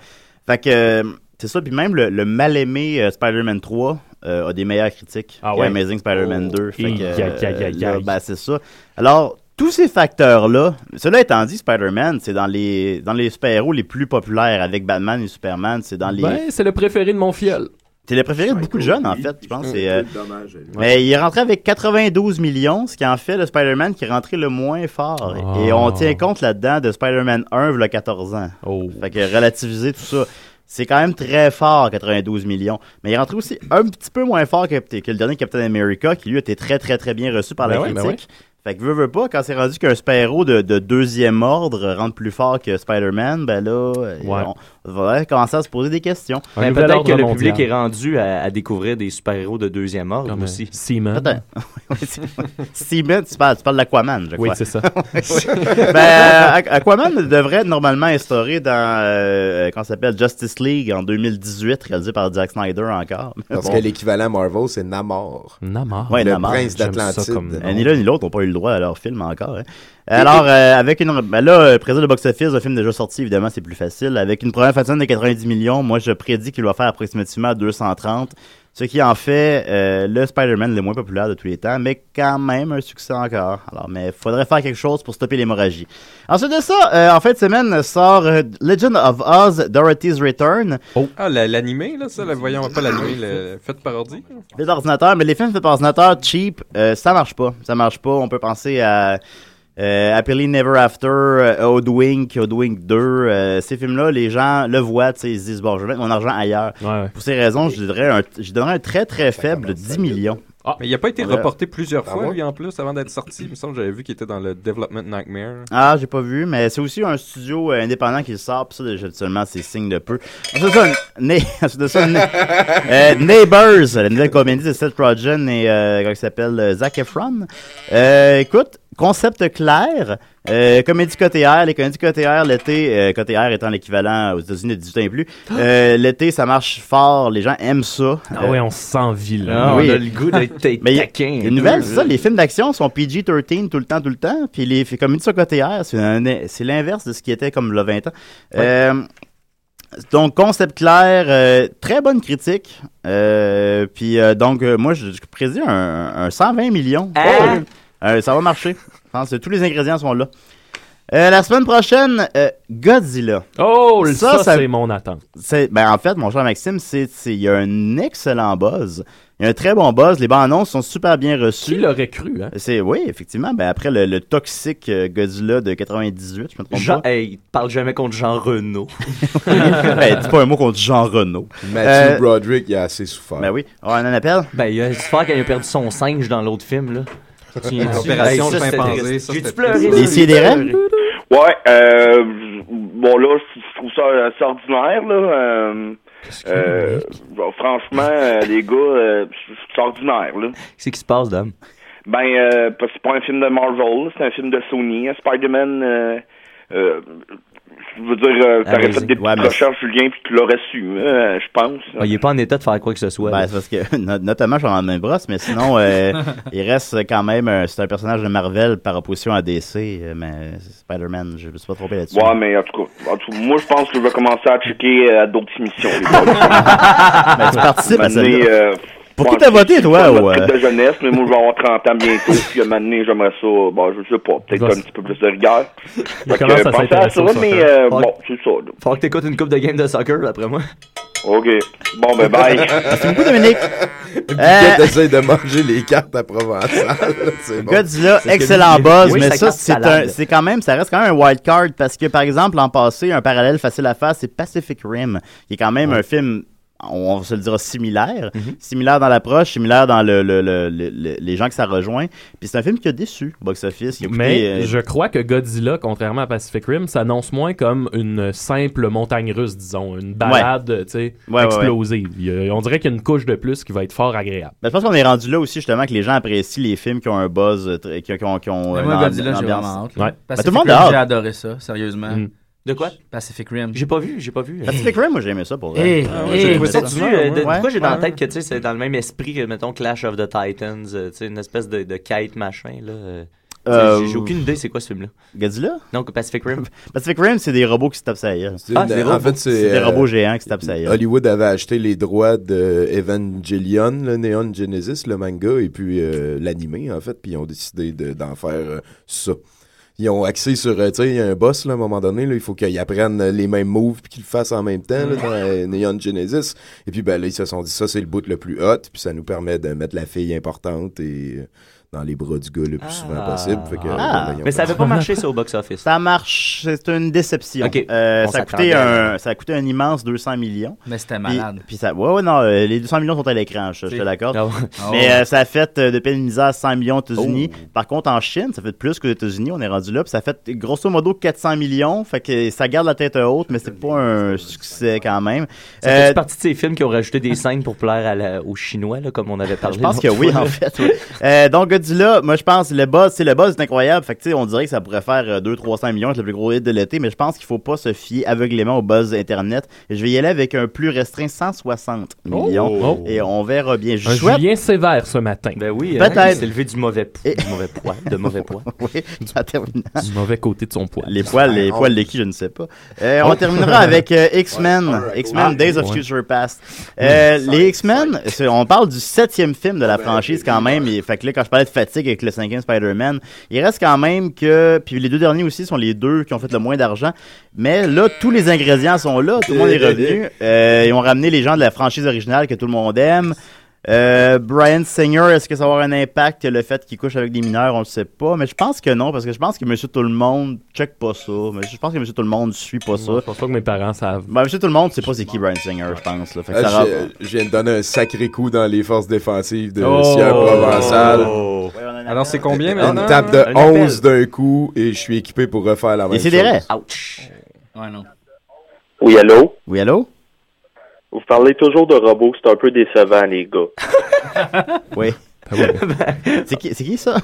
Speaker 5: fait que, euh, c'est ça. Puis même le, le mal-aimé euh, Spider-Man 3 euh, a des meilleures critiques
Speaker 9: Ah
Speaker 5: que
Speaker 9: ouais?
Speaker 5: Amazing Spider-Man
Speaker 9: Oh.
Speaker 5: 2. Fait
Speaker 9: Hi,
Speaker 5: que,
Speaker 9: hi, hi,
Speaker 5: euh,
Speaker 9: hi,
Speaker 5: là,
Speaker 9: hi.
Speaker 5: ben, c'est ça. Alors, tous ces facteurs-là, cela étant dit, Spider-Man, c'est dans les, dans les super-héros les plus populaires avec Batman et Superman. C'est dans les.
Speaker 9: Ben, c'est le préféré de mon fiel.
Speaker 5: C'est le préféré de beaucoup de jeunes, en fait, je pense. C'est, euh,
Speaker 9: dommage, lui.
Speaker 5: Mais il est rentré avec 92 millions, ce qui en fait le Spider-Man qui est rentré le moins fort.
Speaker 9: Ah.
Speaker 5: Et on tient compte là-dedans de Spider-Man 1, il 14 ans.
Speaker 9: Oh.
Speaker 5: Fait que relativiser tout ça, c'est quand même très fort, 92 millions. Mais il est rentré aussi un petit peu moins fort que, que le dernier Captain America, qui lui a été très, très, très bien reçu par la
Speaker 9: Ben ouais, ben
Speaker 5: critique. Fait que veux, veux pas, quand c'est rendu qu'un super-héros de, de deuxième ordre rentre plus fort que Spider-Man, ben là, on on va commencer à se poser des questions.
Speaker 6: Ben, peut-être que le public est rendu à, à découvrir des super-héros de deuxième ordre
Speaker 5: Comme,
Speaker 6: aussi.
Speaker 9: euh, Seaman.
Speaker 5: Steven, tu parles, tu parles d'Aquaman, je crois.
Speaker 6: Oui, c'est ça.
Speaker 5: Oui. ben, Aqu- Aquaman devrait être normalement instauré dans, euh, comment ça s'appelle, Justice League en 2018, réalisé par Zack Snyder encore. Mais
Speaker 8: Parce
Speaker 5: bon.
Speaker 8: que l'équivalent Marvel, c'est Namor.
Speaker 9: Namor.
Speaker 5: Ouais,
Speaker 8: le
Speaker 5: Namor.
Speaker 8: prince
Speaker 5: J'aime ça
Speaker 8: d'Atlantide. Ben,
Speaker 5: comme nom. Ni l'un ni l'autre n'ont pas eu le droit à leur film encore. hein. Alors, euh, avec une. Ben là, euh, présent de box-office, le film déjà sorti, évidemment, c'est plus facile. Avec une première façade de 90 millions, moi, je prédis qu'il va faire approximativement 230. Ce qui en fait euh, le Spider-Man le moins populaire de tous les temps, mais quand même un succès encore. Alors, mais faudrait faire quelque chose pour stopper l'hémorragie. Ensuite de ça, euh, en fin de semaine sort euh, Legend of Oz Dorothy's Return.
Speaker 8: Oh.
Speaker 7: Ah, la- l'animé, là, ça, la voyons pas l'animé, le fait par ordi.
Speaker 5: Fait par ordinateur, mais les films faits par ordinateur cheap, euh, ça marche pas. Ça marche pas. On peut penser à euh, Happily Never After, euh, Odwink, Odwink 2. euh, ces films-là, les gens le voient, tu sais, ils se disent, bon, je vais mettre mon argent ailleurs. Pour ces raisons, je dirais un, je donnerais un très très faible 10 millions.
Speaker 7: Mais il a pas été
Speaker 5: Ouais.
Speaker 7: reporté plusieurs
Speaker 5: Ah
Speaker 7: fois,
Speaker 5: ouais?
Speaker 7: lui, en plus, avant d'être sorti. Il me semble que j'avais vu qu'il était dans le Development Nightmare.
Speaker 9: Euh,
Speaker 5: Ah, j'ai pas vu, mais c'est aussi un studio euh, indépendant qui le sort, pis ça, habituellement, c'est signe de peu. Ensuite de ça, Na- ensuite de ça, Na- euh, Neighbors, la nouvelle comédie de Seth Rogen et, euh, comment il s'appelle, euh, Zac Efron. Euh, écoute, concept clair, euh, comédie côté air, les comédies côté air, l'été, euh, côté air étant l'équivalent aux États-Unis de 18 ans et plus, euh, l'été, ça marche fort, les gens aiment ça.
Speaker 9: Ah
Speaker 5: Euh,
Speaker 9: ouais, on s'envie, là.
Speaker 5: Ah, oui. Mais
Speaker 9: Mais
Speaker 5: il y a- il y a une nouvelle, c'est ça. Les films d'action sont PG-13 tout le temps, tout le temps. Puis les films comme une sur côté air, c'est un- c'est l'inverse de ce qui était comme le 20 ans. Euh, donc, concept clair, euh, très bonne critique. Euh, puis euh, donc, euh, moi, je, je prédis un, un 120 millions.
Speaker 9: Hein?
Speaker 5: Euh, ça va marcher. Je pense que tous les ingrédients sont là. Euh, la semaine prochaine, euh, Godzilla.
Speaker 9: Oh, ça, c'est mon attente.
Speaker 5: C'est- ben, en fait, mon cher Maxime, c'est, c'est- il y a un excellent buzz. Il y a un très bon buzz. Les bandes annonces sont super bien reçues. Qui
Speaker 9: l'aurait cru, hein?
Speaker 5: C'est, oui, effectivement. Ben, après le, le toxique euh, Godzilla de 98, je me trompe
Speaker 6: Jean,
Speaker 5: pas.
Speaker 6: hey, parle jamais contre Jean Renault.
Speaker 5: ben, dis pas un mot contre Jean Renault. Euh,
Speaker 6: Matthew
Speaker 5: Broderick, il a assez souffert. Ben oui. On a un appel?
Speaker 6: Ben, il a souffert quand il a perdu son singe dans l'autre film, là. Tu viens-tu?
Speaker 13: Opération
Speaker 6: Hey, ça, c'était
Speaker 13: chimpanzé,
Speaker 6: triste.
Speaker 13: ça,
Speaker 6: J'ai-tu
Speaker 13: c'était
Speaker 6: pleuré?
Speaker 13: triste. Les sidérés? Ouais, euh, bon là, je je trouve ça assez ordinaire, là. euh, euh, bon, franchement, euh, les gars, euh, c'est ordinaire, là.
Speaker 6: Qu'est-ce qui se passe, dame?
Speaker 13: Ben, euh, parce que c'est pas un film de Marvel, c'est un film de Sony. hein, Spider-Man, euh, euh, je veux dire, euh, t'aurais
Speaker 6: Allez-y.
Speaker 13: fait des petites
Speaker 6: Ouais, mais-
Speaker 13: recherches, Julien, puis tu l'aurais su, hein, je pense.
Speaker 6: Ah, il est pas en état de faire quoi que ce soit.
Speaker 5: Ben, c'est parce que, no- notamment Jean-Marie Brosse, mais sinon, euh, il reste quand même, un- c'est un personnage de Marvel par opposition à DC, euh, mais Spider-Man, je me suis pas trompé là-dessus.
Speaker 13: Ouais, mais en tout cas, en tout cas, moi, je pense que je vais commencer à checker euh, d'autres émissions. les gars.
Speaker 5: tu participes à
Speaker 13: Un moment
Speaker 5: celle-là.
Speaker 13: donné, euh,
Speaker 5: Pour
Speaker 13: bon,
Speaker 5: qui t'as voté,
Speaker 13: c'est
Speaker 5: toi,
Speaker 13: pas
Speaker 5: ou,
Speaker 13: notre
Speaker 5: euh?
Speaker 13: truc de jeunesse, mais moi, je vais avoir 30 ans bientôt, puis à un moment donné, j'aimerais ça, bon, je sais pas, peut-être un petit peu plus de rigueur. Fait que,
Speaker 6: commence à
Speaker 13: pensez
Speaker 6: s'intéresser au
Speaker 13: ça, mais
Speaker 6: soccer.
Speaker 13: euh,
Speaker 6: Faut-
Speaker 13: bon, c'est ça. là.
Speaker 6: Faut que t'écoutes une coupe de game de soccer, après moi.
Speaker 13: OK. Bon, ben, bye. Merci
Speaker 5: beaucoup, Dominique.
Speaker 8: Piquette essaye de manger les cartes à Provençal. c'est bon.
Speaker 5: Godzilla,
Speaker 8: C'est ce que
Speaker 5: excellent
Speaker 8: lui-
Speaker 5: buzz,
Speaker 8: Oui,
Speaker 5: mais
Speaker 8: sa
Speaker 5: ça,
Speaker 8: carte
Speaker 5: c'est
Speaker 8: salade.
Speaker 5: un- c'est quand même, ça reste quand même un wild card parce que, par exemple, l'an passé, un parallèle facile à faire, c'est Pacific Rim, qui est quand même un film, on on se le dira, similaire.
Speaker 8: Mhm.
Speaker 5: Similaire dans l'approche, similaire dans le, le- le- le- le- les gens que ça rejoint. Puis c'est un film qui a déçu, Box Office. qui a coûté,
Speaker 9: Mais
Speaker 5: euh,
Speaker 9: je crois que Godzilla, contrairement à Pacific Rim, s'annonce moins comme une simple montagne russe, disons, une balade tu sais,
Speaker 5: Ouais, ouais,
Speaker 9: explosive. Il y a- on dirait qu'il y a une couche de plus qui va être fort agréable.
Speaker 5: Ben, je pense qu'on est rendu là aussi, justement, que les gens apprécient les films qui ont un buzz, euh, très- qui, qui ont, qui ont
Speaker 10: Mais
Speaker 5: euh,
Speaker 10: moi,
Speaker 5: une
Speaker 10: Godzilla, j'ai
Speaker 5: ambiance.
Speaker 10: vraiment hâte.
Speaker 5: Ouais.
Speaker 10: là.
Speaker 5: Ben,
Speaker 10: Pacific
Speaker 5: tout le monde
Speaker 10: Rim,
Speaker 5: a hâte. Hmm.
Speaker 10: J'ai adoré ça, sérieusement.
Speaker 9: Mm.
Speaker 10: De quoi? Pacific Rim.
Speaker 6: J'ai pas vu, j'ai pas vu.
Speaker 5: Pacific Rim, moi, j'ai aimé ça pour vrai.
Speaker 10: Eh,
Speaker 5: Ah
Speaker 10: eh,
Speaker 5: j'ai aimé
Speaker 10: vous
Speaker 5: ça.
Speaker 10: êtes-
Speaker 6: Tu, euh, de-
Speaker 5: Ouais,
Speaker 6: pourquoi j'ai dans la
Speaker 5: ouais.
Speaker 6: tête que tu sais, c'est dans le même esprit que, mettons, Clash of the Titans, euh, tu sais, une espèce de, de kite machin, là. euh, tu sais,
Speaker 5: Euh,
Speaker 6: j'ai- J'ai aucune idée c'est quoi ce film-là.
Speaker 5: Godzilla?
Speaker 6: Non, que Pacific Rim.
Speaker 5: Pacific Rim, c'est des robots qui se tapent sa gueule.
Speaker 6: Ah, c'est des
Speaker 8: en
Speaker 6: robots.
Speaker 8: fait, c'est,
Speaker 5: C'est des
Speaker 8: euh,
Speaker 5: robots géants qui se tapent sa gueule.
Speaker 8: Hollywood avait acheté les droits de Evangelion, le Neon Genesis, le manga, et puis euh, l'animé, en fait, puis ils ont décidé de- d'en faire euh, ça. Ils ont axé sur, euh, tu sais, il y a un boss, là, à un moment donné, là, il faut qu'ils apprennent les mêmes moves puis qu'ils le fassent en même temps, là, dans euh, Neon Genesis. Et puis, ben là, ils se sont dit, ça, c'est le bout le plus hot, puis ça nous permet de mettre la fille importante et euh, dans les bras du gars le plus souvent possible. Fait que,
Speaker 5: Ah.
Speaker 8: ben, ils ont
Speaker 6: Mais ça
Speaker 8: fait
Speaker 6: avait pas marché, ça, au box-office.
Speaker 5: Ça marche, c'est une déception.
Speaker 6: Ok.
Speaker 5: Euh,
Speaker 6: On
Speaker 5: ça, a coûté
Speaker 6: s'attendait à-
Speaker 5: un, ça a coûté un immense 200 millions.
Speaker 10: Mais c'était
Speaker 5: Puis-
Speaker 10: malade.
Speaker 5: Puis, ça, ouais, ouais, non, euh, les 200 millions sont à l'écran, je, je te
Speaker 10: Si.
Speaker 5: l'accorde.
Speaker 10: Ah ouais.
Speaker 5: Mais
Speaker 10: Ah ouais.
Speaker 5: euh, ça a fait euh, de peine de misère 100 millions aux
Speaker 8: Oh.
Speaker 5: États-Unis. Par contre, en Chine, ça fait plus qu'aux États-Unis, on est rendu là. Puis ça a fait grosso modo 400 millions. Fait que ça garde la tête haute, mais c'est pas un succès quand même.
Speaker 6: Ça
Speaker 5: Euh,
Speaker 6: fait partie de ces films qui ont rajouté des scènes pour plaire à la- aux Chinois, là, comme on avait parlé.
Speaker 5: Je pense que
Speaker 6: l'autre
Speaker 5: oui,
Speaker 6: fois,
Speaker 5: en
Speaker 6: là.
Speaker 5: fait. oui. Euh, donc, dit là, moi je pense le buzz, c'est le buzz est incroyable. Fait que tu sais, on dirait que ça pourrait faire euh, 2 300 millions, c'est le plus gros hit de l'été, mais je pense qu'il faut pas se fier aveuglément au buzz internet. Je vais y aller avec un plus restreint 160 millions
Speaker 9: Oh.
Speaker 5: et on verra bien. Je
Speaker 9: Un
Speaker 5: souhaite-
Speaker 9: Julien sévère ce matin. Ben oui,
Speaker 5: hein, Peut-être. il s'est
Speaker 9: levé du mauvais, du mauvais poids. De mauvais poids.
Speaker 5: oui, en terminant.
Speaker 9: Du mauvais côté de son poids.
Speaker 5: Les poils, les poils de qui, je ne sais pas. Euh, on
Speaker 9: Oh.
Speaker 5: terminera avec euh, X-Men.
Speaker 9: Ouais, alright,
Speaker 5: X-Men
Speaker 9: ouais.
Speaker 5: Days of
Speaker 9: Ouais.
Speaker 5: Future Past. Euh, les X-Men, c'est- on parle du septième film de la franchise quand même. Et, fait que là, quand je parlais de fatigue avec le cinquième Spider-Man, il reste quand même que. Puis les deux derniers aussi sont les deux qui ont fait le moins d'argent. Mais là, tous les ingrédients sont là. Tout le monde est revenu. Euh, ils ont ramené les gens de la franchise originale que tout le monde aime. Euh, Brian Singer, est-ce que ça va avoir un impact le fait qu'il couche avec des mineurs On le sait pas, mais je pense que non, parce que je pense que Monsieur Tout le Monde check pas ça. Mais je pense que Monsieur Tout le Monde suit pas ça.
Speaker 9: Je pense pas que mes parents savent.
Speaker 5: Ben, Monsieur Tout le Monde, c'est pas c'est qui Brian Singer, je pense. là. Fait que ça
Speaker 8: Ah, je,
Speaker 5: rend-
Speaker 8: je viens de donner un sacré coup dans les forces défensives de
Speaker 5: Oh.
Speaker 8: Sierra Provençal.
Speaker 5: Oh.
Speaker 7: Alors, c'est combien maintenant?
Speaker 8: Une tape de
Speaker 7: Un
Speaker 8: 11 d'un coup et je suis équipé pour refaire la même
Speaker 5: Et
Speaker 8: chose.
Speaker 5: Ah c'est des raies.
Speaker 10: Ouais, non.
Speaker 13: Oui, allô?
Speaker 5: Oui, allô?
Speaker 13: Vous parlez toujours de robots, c'est un peu décevant, les gars.
Speaker 5: Oui.
Speaker 6: Bah.
Speaker 5: c'est qui, c'est qui ça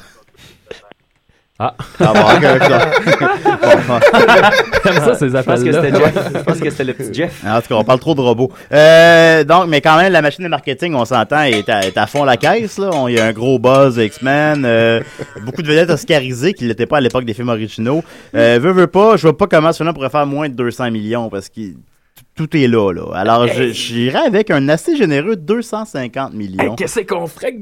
Speaker 9: Ah.
Speaker 5: Ah bon, ok, ok.
Speaker 9: J'aime ça, ces
Speaker 5: Je pense que
Speaker 9: appels-là.
Speaker 5: c'était Jeff.
Speaker 6: Je pense que c'était le petit Jeff.
Speaker 5: Ah, En tout cas, on parle trop de robots. Euh, donc, mais quand même, la machine de marketing, on s'entend, est à, est à fond la caisse. Là. On, il y a un gros buzz X-Men. euh, beaucoup de vedettes oscarisées qui ne l'étaient pas à l'époque des films originaux. Euh, veux, veux pas, je vois pas comment cela pourrait faire moins de 200 millions parce que t- tout est là. là. Alors, je- j'irai avec un assez généreux 250 millions.
Speaker 9: Hey, Qu'est-ce qu'on ferait avec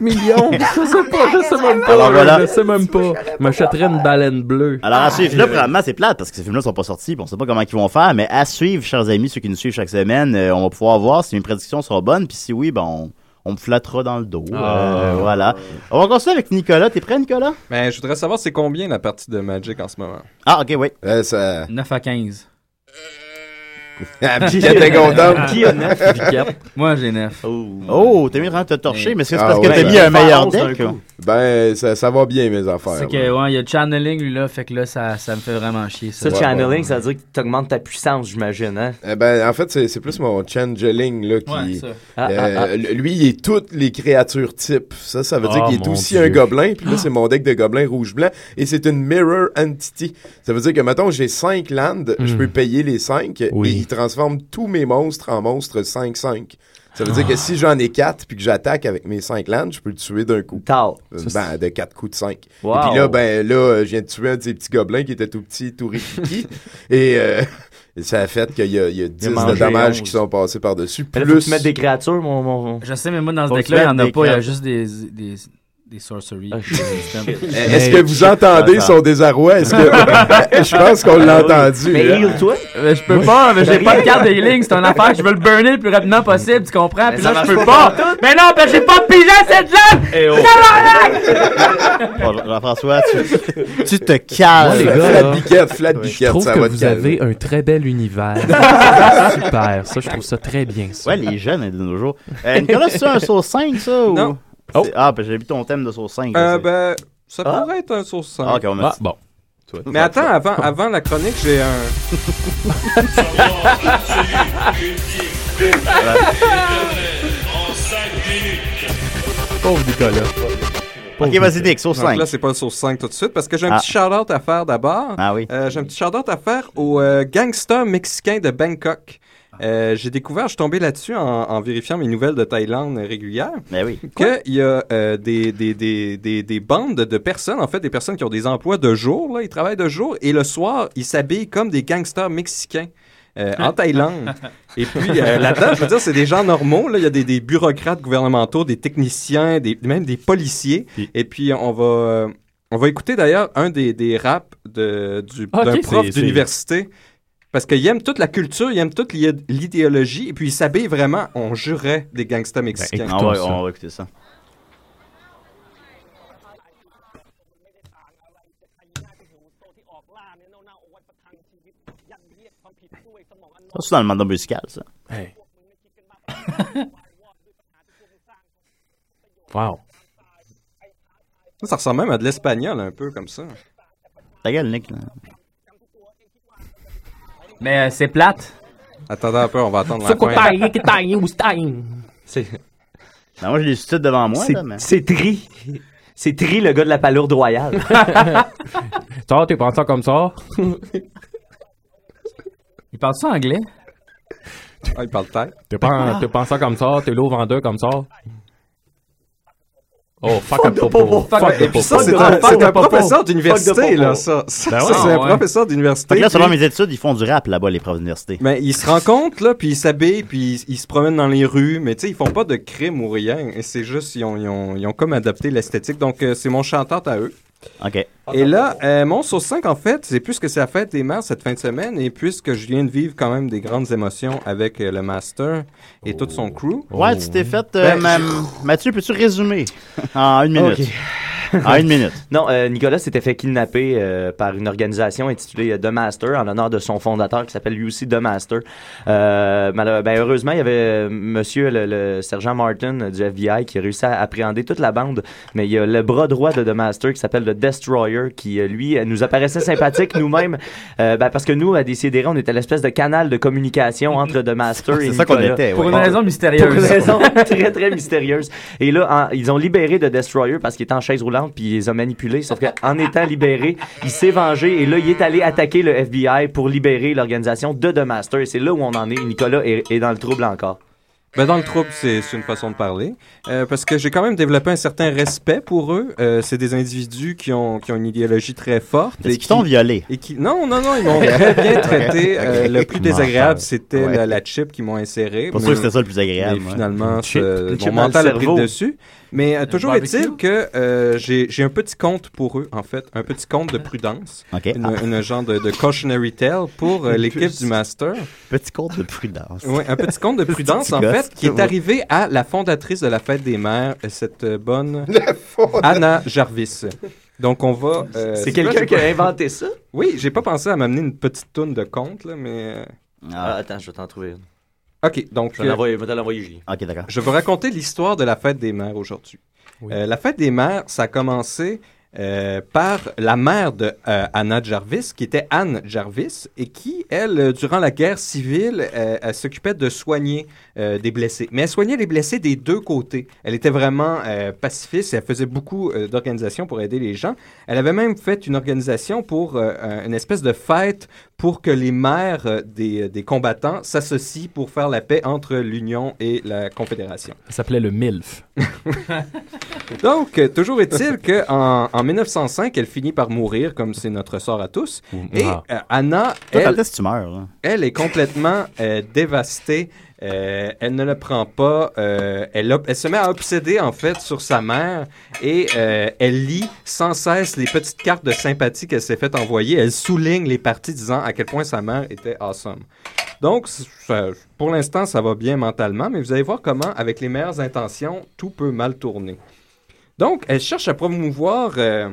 Speaker 9: millions? je sais pas, je sais même pas.
Speaker 5: Alors voilà.
Speaker 9: Je sais même pas. M'achèterais une baleine bleue.
Speaker 5: Alors à suivre, là,
Speaker 9: Euh,
Speaker 5: probablement, c'est plate parce que ces films-là sont pas sortis, puis on sait pas comment ils vont faire, mais à suivre, chers amis, ceux qui nous suivent chaque semaine, euh, on va pouvoir voir si mes prédictions sont bonnes, puis si oui, ben, on, on me flattera dans le dos. Euh,
Speaker 7: Ah.
Speaker 5: voilà. On va continuer avec Nicolas. T'es prêt, Nicolas?
Speaker 7: Ben, je voudrais savoir c'est combien la partie de Magic en ce moment.
Speaker 5: Ah, ok, oui.
Speaker 10: 9 à 15.
Speaker 5: Ah,
Speaker 8: Qui était content? Qui a neuf, puis quatre?
Speaker 10: Moi, j'ai 9.
Speaker 5: Oh, t'as mis vraiment de te torcher, mais est-ce que c'est
Speaker 8: Ah
Speaker 5: parce que
Speaker 8: ouais.
Speaker 5: t'as mis un meilleur deck? ou?
Speaker 8: Ben, ça, ça va bien, mes affaires.
Speaker 10: C'est que, ouais, il y a channeling, lui, là, fait que là, ça, ça me fait vraiment chier.
Speaker 6: Ça,
Speaker 10: Ça,
Speaker 6: channeling, ça veut dire que tu augmentes ta puissance, j'imagine. Hein?
Speaker 8: Eh ben, en fait, c'est c'est plus mon changeling là, qui.
Speaker 6: Ouais, ça.
Speaker 8: euh,
Speaker 6: Ah, ah, ah.
Speaker 8: Lui, il est toutes les créatures types. Ça, ça veut dire
Speaker 12: Ah,
Speaker 8: qu'il est
Speaker 12: mon
Speaker 8: aussi
Speaker 12: Dieu.
Speaker 8: un gobelin. Puis
Speaker 6: Ah.
Speaker 8: là, c'est mon deck de gobelins rouge-blanc. Et c'est une mirror entity. Ça veut dire que, mettons, j'ai 5 landes. Je
Speaker 12: Hmm.
Speaker 8: peux payer les 5.
Speaker 12: Oui.
Speaker 8: Et il transforme tous mes monstres en monstres 5-5. Ça veut dire
Speaker 12: Ah.
Speaker 8: que si j'en ai 4 puis que j'attaque avec mes 5 landes, je peux le tuer d'un coup. Euh, Ben, de 4 coups de 5.
Speaker 12: Wow.
Speaker 8: Et puis là, ben là, euh, je viens de tuer un de ces petits gobelins qui était tout petit, tout rikiki. et euh, ça a fait qu'il y a, il y a 10 de
Speaker 6: mangé
Speaker 8: dommages
Speaker 6: 11.
Speaker 8: qui sont passés par-dessus.
Speaker 6: Mais là, faut que
Speaker 8: Plus.
Speaker 6: tu mettes des créatures, mon. mon...
Speaker 10: Je sais, mais moi, dans ce
Speaker 6: Faut que
Speaker 10: deck-là, il y en
Speaker 6: tu
Speaker 10: a
Speaker 6: mettes
Speaker 10: pas. Il y a
Speaker 6: des
Speaker 10: juste des, des, des sorceries.
Speaker 6: Ah, shit.
Speaker 10: Eh,
Speaker 8: Est-ce que vous entendez son désarroi? Est-ce que... je pense qu'on l'a entendu. là.
Speaker 10: Euh, Je peux pas, Ah mais j'ai pas de carte healing, c'est une affaire, je veux le burner le plus rapidement possible, tu comprends? Puis
Speaker 4: ça
Speaker 10: là, je
Speaker 4: marche
Speaker 10: peux
Speaker 4: pas
Speaker 10: pas! Mais non, ben j'ai pas pigé à cette lame!
Speaker 5: Bon, Jean-François, tu, tu te calmes.
Speaker 9: Moi, les gars, là, Je trouve
Speaker 5: ça
Speaker 9: que
Speaker 5: va
Speaker 9: vous
Speaker 5: te calmer.
Speaker 9: avez un très bel univers. C'est Super, ça, je trouve ça très bien. Ça.
Speaker 5: Ouais, les jeunes hein, de nos jours. Euh, Nicolas, c'est un sauce 5, ça? Ou...
Speaker 7: Non.
Speaker 9: Oh.
Speaker 5: C'est- Ah, ben j'ai vu ton thème de sauce 5.
Speaker 7: Euh,
Speaker 5: là,
Speaker 7: ben, ça
Speaker 5: Ah.
Speaker 7: pourrait être un source cinq.
Speaker 5: Ah, ok, on met- Ah, bon. Toi.
Speaker 7: Mais attends, avant, avant la chronique, j'ai un.
Speaker 9: Pauvre Nicolas.
Speaker 5: Ok, vas-y, Dick, sauce
Speaker 7: Donc
Speaker 5: 5.
Speaker 7: là, c'est pas le sauce 5 tout de suite, parce que j'ai un
Speaker 5: Ah.
Speaker 7: petit shout-out à faire d'abord.
Speaker 5: Ah oui.
Speaker 7: Euh, j'ai un petit shout-out à faire au euh, gangster mexicain de Bangkok.
Speaker 5: Ah.
Speaker 7: Euh, j'ai découvert, je suis tombé là-dessus en, en vérifiant mes nouvelles de Thaïlande régulières,
Speaker 5: Ben oui.
Speaker 7: qu'il y a euh, des, des, des, des, des bandes de personnes, en fait, des personnes qui ont des emplois de jour, là, ils travaillent de jour, et le soir, ils s'habillent comme des gangsters mexicains. euh, en Thaïlande. Et puis euh, là-dedans, je veux dire, c'est des gens normaux. Là. Il y a des, des bureaucrates gouvernementaux, des techniciens, des, même des policiers. Et puis on va, euh, on va écouter d'ailleurs un des, des raps de, du,
Speaker 9: Ah, ok,
Speaker 7: d'un prof
Speaker 9: c'est- c'est-
Speaker 7: d'université. Parce qu'ils aiment toute la culture, ils aiment toute l'id- l'idéologie. Et puis ils s'habillent vraiment, on jurait, des gangsters mexicains.
Speaker 5: écoutons Ah ouais, ça. on va écouter ça. Ça, c'est dans le mandat musical, ça.
Speaker 9: Wow.
Speaker 7: Ça, ça ressemble même à de l'espagnol un peu comme ça.
Speaker 5: Ta gueule, Nick. là.
Speaker 10: Mais euh, c'est plate.
Speaker 7: Attendez un peu, on va attendre la fin.
Speaker 10: C'est
Speaker 5: Ben, moi, j'ai les sous-titres devant moi,
Speaker 7: C'est-
Speaker 5: là, mais...
Speaker 6: C'est tri. C'est Tri, le gars de la palourde royale.
Speaker 9: Toi, t'es pensant comme ça?
Speaker 10: Il parle ça anglais?
Speaker 7: Ah, il parle tête.
Speaker 9: T'es pen- t'es pensant comme ça? T'es l'eau vendeur comme ça? Oh, fuck up, popo.
Speaker 7: Fuck
Speaker 9: Fuck
Speaker 7: Et
Speaker 9: up,
Speaker 7: puis ça,
Speaker 9: popo.
Speaker 7: c'est un, c'est un professeur d'université, là, ça. Ça,
Speaker 5: Ben
Speaker 7: c'est
Speaker 5: ouais.
Speaker 7: un professeur d'université.
Speaker 5: Fait que là, selon
Speaker 7: puis-
Speaker 5: mes études, ils font du rap là-bas, les profs d'université.
Speaker 7: Mais ils se rencontrent, là, puis ils s'habillent, puis ils, ils se promènent dans les rues. Mais tu sais, ils font pas de crime ou rien. Et C'est juste, ils ont, ils ont- ils ont comme adapté l'esthétique. Donc, euh, c'est mon chanteur à eux.
Speaker 5: OK.
Speaker 7: Et là, euh, mon source 5, en fait, c'est puisque c'est la fête des mères cette fin de semaine, et puisque je viens de vivre quand même des grandes émotions avec euh, le master et tout son crew.
Speaker 5: Ouais, tu t'es fait. euh,
Speaker 7: Ben,
Speaker 5: ma- Mathieu, peux-tu résumer en une minute? En une minute.
Speaker 6: Non, euh, Nicolas s'était fait kidnapper euh, par une organisation intitulée euh, The Master en l'honneur de son fondateur qui s'appelle lui aussi The Master. Euh, malheure- ben, heureusement, il y avait euh, monsieur le, le sergent Martin euh, du FBI qui a réussi à appréhender toute la bande, mais il y a le bras droit de The Master qui s'appelle The Destroyer qui, euh, lui, euh, nous apparaissait sympathique nous-mêmes euh, ben, parce que nous, à Décidéré, on était l'espèce de canal de communication entre The Master et
Speaker 5: C'est ça qu'on
Speaker 6: Nicolas.
Speaker 5: était, ouais.
Speaker 10: Pour une raison mystérieuse.
Speaker 6: Pour une raison très, très mystérieuse. Et là, en- ils ont libéré The Destroyer parce qu'il était en chaise roulante, puis ils les ont manipulés. Sauf qu'en étant libéré, il s'est vengé et là, il est allé attaquer le FBI pour libérer l'organisation de The Master. Et c'est là où on en est. Nicolas est, est dans le trouble encore.
Speaker 7: Ben dans le trouble, c'est c'est une façon de parler. Euh, parce que j'ai quand même développé un certain respect pour eux. Euh, c'est des individus qui ont, qui ont une idéologie très forte.
Speaker 5: Est-ce
Speaker 7: et
Speaker 5: qu'ils t'ont
Speaker 7: qui-
Speaker 5: violé?
Speaker 7: Et qui... Non, non, non, ils m'ont très bien traité.
Speaker 5: Ok, ok.
Speaker 7: Euh, le plus désagréable, c'était
Speaker 5: Ouais.
Speaker 7: la, la chip qu'ils m'ont insérée.
Speaker 5: Pour
Speaker 7: Mais-
Speaker 5: sûr que c'était ça le plus agréable,
Speaker 7: mais
Speaker 5: ouais.
Speaker 7: finalement,
Speaker 5: Une chip.
Speaker 7: ce-
Speaker 5: Une chip
Speaker 7: mon
Speaker 5: dans le
Speaker 7: mental a pris le
Speaker 5: cerveau.
Speaker 7: dessus. Mais euh, toujours
Speaker 5: barbecue?
Speaker 7: est-il que euh, j'ai j'ai un petit compte pour eux, en fait. Un petit compte de prudence.
Speaker 5: Ok.
Speaker 7: Une,
Speaker 5: Ah.
Speaker 7: une genre de, de cautionary tale pour euh,
Speaker 5: Une
Speaker 7: l'équipe
Speaker 5: puce.
Speaker 7: du master.
Speaker 5: Petit compte de prudence.
Speaker 7: Oui, un petit compte de prudence,
Speaker 5: Petit
Speaker 7: en
Speaker 5: gosse,
Speaker 7: fait, qui est
Speaker 5: ouais.
Speaker 7: arrivé à la fondatrice de la fête des mères, cette euh, bonne Anna Jarvis. Donc, on va. euh,
Speaker 6: C'est
Speaker 7: c'est
Speaker 6: quelqu'un
Speaker 7: vrai, j'ai
Speaker 6: qui a
Speaker 7: pas-
Speaker 6: inventé ça?
Speaker 7: Oui, j'ai pas pensé à m'amener une petite toune de compte, là, mais. euh,
Speaker 6: Ah, attends, je vais t'en trouver une.
Speaker 7: OK, donc.
Speaker 6: Je vais
Speaker 7: euh,
Speaker 6: l'envoyer- je vais te l'envoyer, Julie.
Speaker 5: Ok, d'accord.
Speaker 7: je vais vous raconter l'histoire de la fête des mères aujourd'hui. Euh, la fête des mères, ça a commencé euh, par la mère de euh, Anna Jarvis, qui était Anne Jarvis, et qui, elle, euh, durant la guerre civile, euh, elle s'occupait de soigner euh, des blessés. Mais elle soignait les blessés des deux côtés. Elle était vraiment euh, pacifiste, et elle faisait beaucoup euh, d'organisations pour aider les gens. Elle avait même fait une organisation pour euh, euh, une espèce de fête pour que les mères euh, des, des combattants s'associent pour faire la paix entre l'Union et la Confédération.
Speaker 9: Ça s'appelait le MILF.
Speaker 7: Donc, euh, toujours est-il qu'en en 1905, elle finit par mourir, comme c'est notre sort à tous. Et
Speaker 5: Ah.
Speaker 7: euh, Anna,
Speaker 5: Toi, quand
Speaker 7: elle,
Speaker 5: est-ce que tu meurs, là?
Speaker 7: Euh, elle est complètement euh, dévastée. Euh, elle ne le prend pas. Euh, elle, ob- elle se met à obséder, en fait, sur sa mère et euh, elle lit sans cesse les petites cartes de sympathie qu'elle s'est fait envoyer. Elle souligne les parties disant à quel point sa mère était awesome. Donc, c- ça- pour l'instant, ça va bien mentalement, mais vous allez voir comment, avec les meilleures intentions, tout peut mal tourner. Donc, elle cherche à promouvoir euh,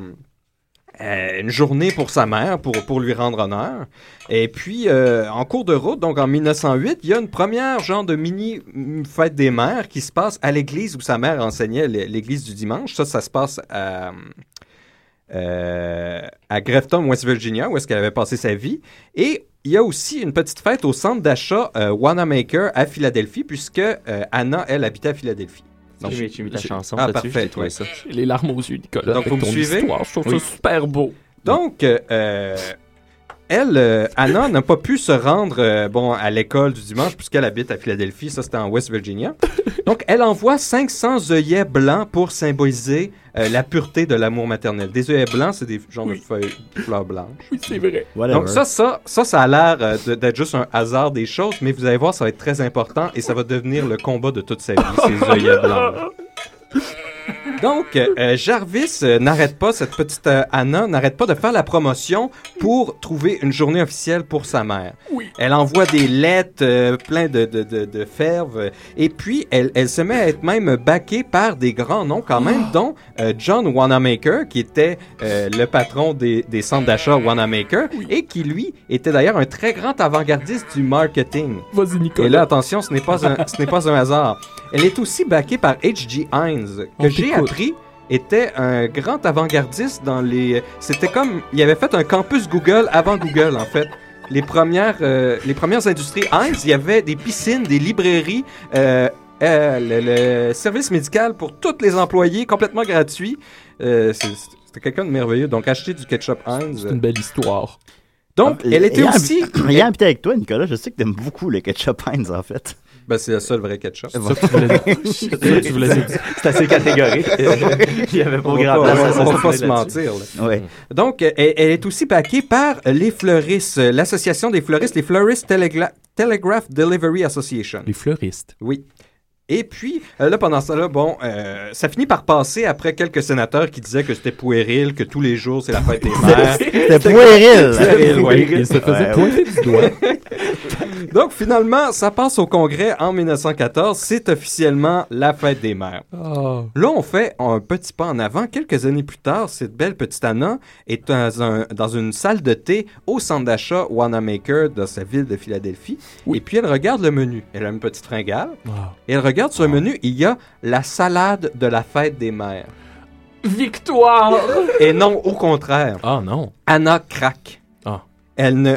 Speaker 7: euh, une journée pour sa mère, pour, pour lui rendre honneur. Et puis, euh, en cours de route, donc en 1908, il y a une première genre de mini mm, fête des mères qui se passe à l'église où sa mère enseignait, l'é- l'église du dimanche. Ça, ça se passe à, euh, à Grafton, West Virginia, où est-ce qu'elle avait passé sa vie. Et il y a aussi une petite fête au centre d'achat euh, Wanamaker à Philadelphie, puisque euh, Anna, elle, habitait à Philadelphie. Donc,
Speaker 9: J'ai- j'ai mis ta chanson
Speaker 7: Ah,
Speaker 9: là-dessus, j'ai
Speaker 7: parfait,
Speaker 9: trouvé
Speaker 7: ouais.
Speaker 9: ça. J'ai les larmes aux yeux, Nicolas,
Speaker 7: Donc,
Speaker 9: avec
Speaker 7: vous me
Speaker 9: ton
Speaker 7: suivez?
Speaker 9: histoire. Je trouve ça
Speaker 7: super beau. Donc, euh, euh, elle, euh, Anna, n'a pas pu se rendre euh, bon, à l'école du dimanche puisqu'elle habite à Philadelphie. Ça, c'était en West Virginia. Donc, elle envoie 500 œillets blancs pour symboliser euh, la pureté de l'amour maternel. Des œillets blancs, c'est des genres de feuilles fleurs blanches.
Speaker 9: Oui, c'est vrai.
Speaker 7: Donc ça, ça, ça, ça a l'air euh, de- d'être juste un hasard des choses, mais vous allez voir, ça va être très important et ça va devenir le combat de toute sa vie, ces œillets blancs. Donc, euh, Jarvis euh, n'arrête pas, cette petite euh, Anna n'arrête pas de faire la promotion pour trouver une journée officielle pour sa mère. Elle envoie des lettres euh, plein de, de, de, de ferve euh, et puis elle, elle se met à être même baquée par des grands noms quand même, dont euh, John Wanamaker, qui était euh, le patron des, des centres d'achat Wanamaker et qui, lui, était d'ailleurs un très grand avant-gardiste du marketing.
Speaker 9: Vas-y, Nicolas.
Speaker 7: Et là, attention, ce n'est pas un, ce n'est pas un hasard. Elle est aussi backée par H.G. Hines,
Speaker 9: On
Speaker 7: que j'ai
Speaker 9: t'écoute.
Speaker 7: appris était un grand avant-gardiste dans les... C'était comme... Il avait fait un campus Google avant Google, en fait. Les premières, euh, les premières industries Heinz, il y avait des piscines, des librairies, euh, euh, le, le service médical pour tous les employés, complètement gratuit. Euh, c'est- c'est- C'était quelqu'un de merveilleux. Donc, achetez du ketchup Heinz. C'est une
Speaker 9: belle histoire.
Speaker 5: Ah,
Speaker 7: Donc, elle était aussi.
Speaker 5: Ayant habité avec toi, Nicolas, je sais que t'aimes beaucoup le ketchup Heinz, en fait.
Speaker 7: Ben, c'est le seul vrai ketchup.
Speaker 5: C'est ça que tu voulais dire. C'est ça que tu voulais dire.
Speaker 7: C'est assez catégorique.
Speaker 5: Il y avait pas
Speaker 7: On va
Speaker 5: grand place à
Speaker 7: On va
Speaker 5: s'asseoir
Speaker 7: pas
Speaker 5: là-dessus.
Speaker 7: se mentir. là. Donc, euh, elle, elle est aussi baquée par les fleuristes, euh, l'association des fleuristes, les Fleuristes Telegla- Telegraph Delivery Association.
Speaker 9: Les fleuristes.
Speaker 7: Oui. Et puis, euh, là, pendant ça, là, bon, euh, ça finit par passer après quelques sénateurs qui disaient que c'était puéril, que tous les jours, c'est la fête des mères.
Speaker 5: C'était puéril.
Speaker 7: Puéril, oui.
Speaker 9: Il se faisait
Speaker 7: Ouais,
Speaker 9: pointer
Speaker 7: ouais.
Speaker 9: du doigt.
Speaker 7: Donc, finalement, ça passe au Congrès en 1914. C'est officiellement la fête des mères.
Speaker 9: Oh.
Speaker 7: Là, on fait un petit pas en avant. Quelques années plus tard, cette belle petite Anna est dans, un- dans une salle de thé au centre d'achat Wanamaker dans sa ville de Philadelphie. Et puis, elle regarde le menu. Elle a une petite fringale. Et elle regarde sur le menu, il y a la salade de la fête des mères.
Speaker 9: Victoire!
Speaker 7: Et non, au contraire.
Speaker 9: Ah non.
Speaker 7: Anna craque.
Speaker 9: Ah.
Speaker 7: Elle ne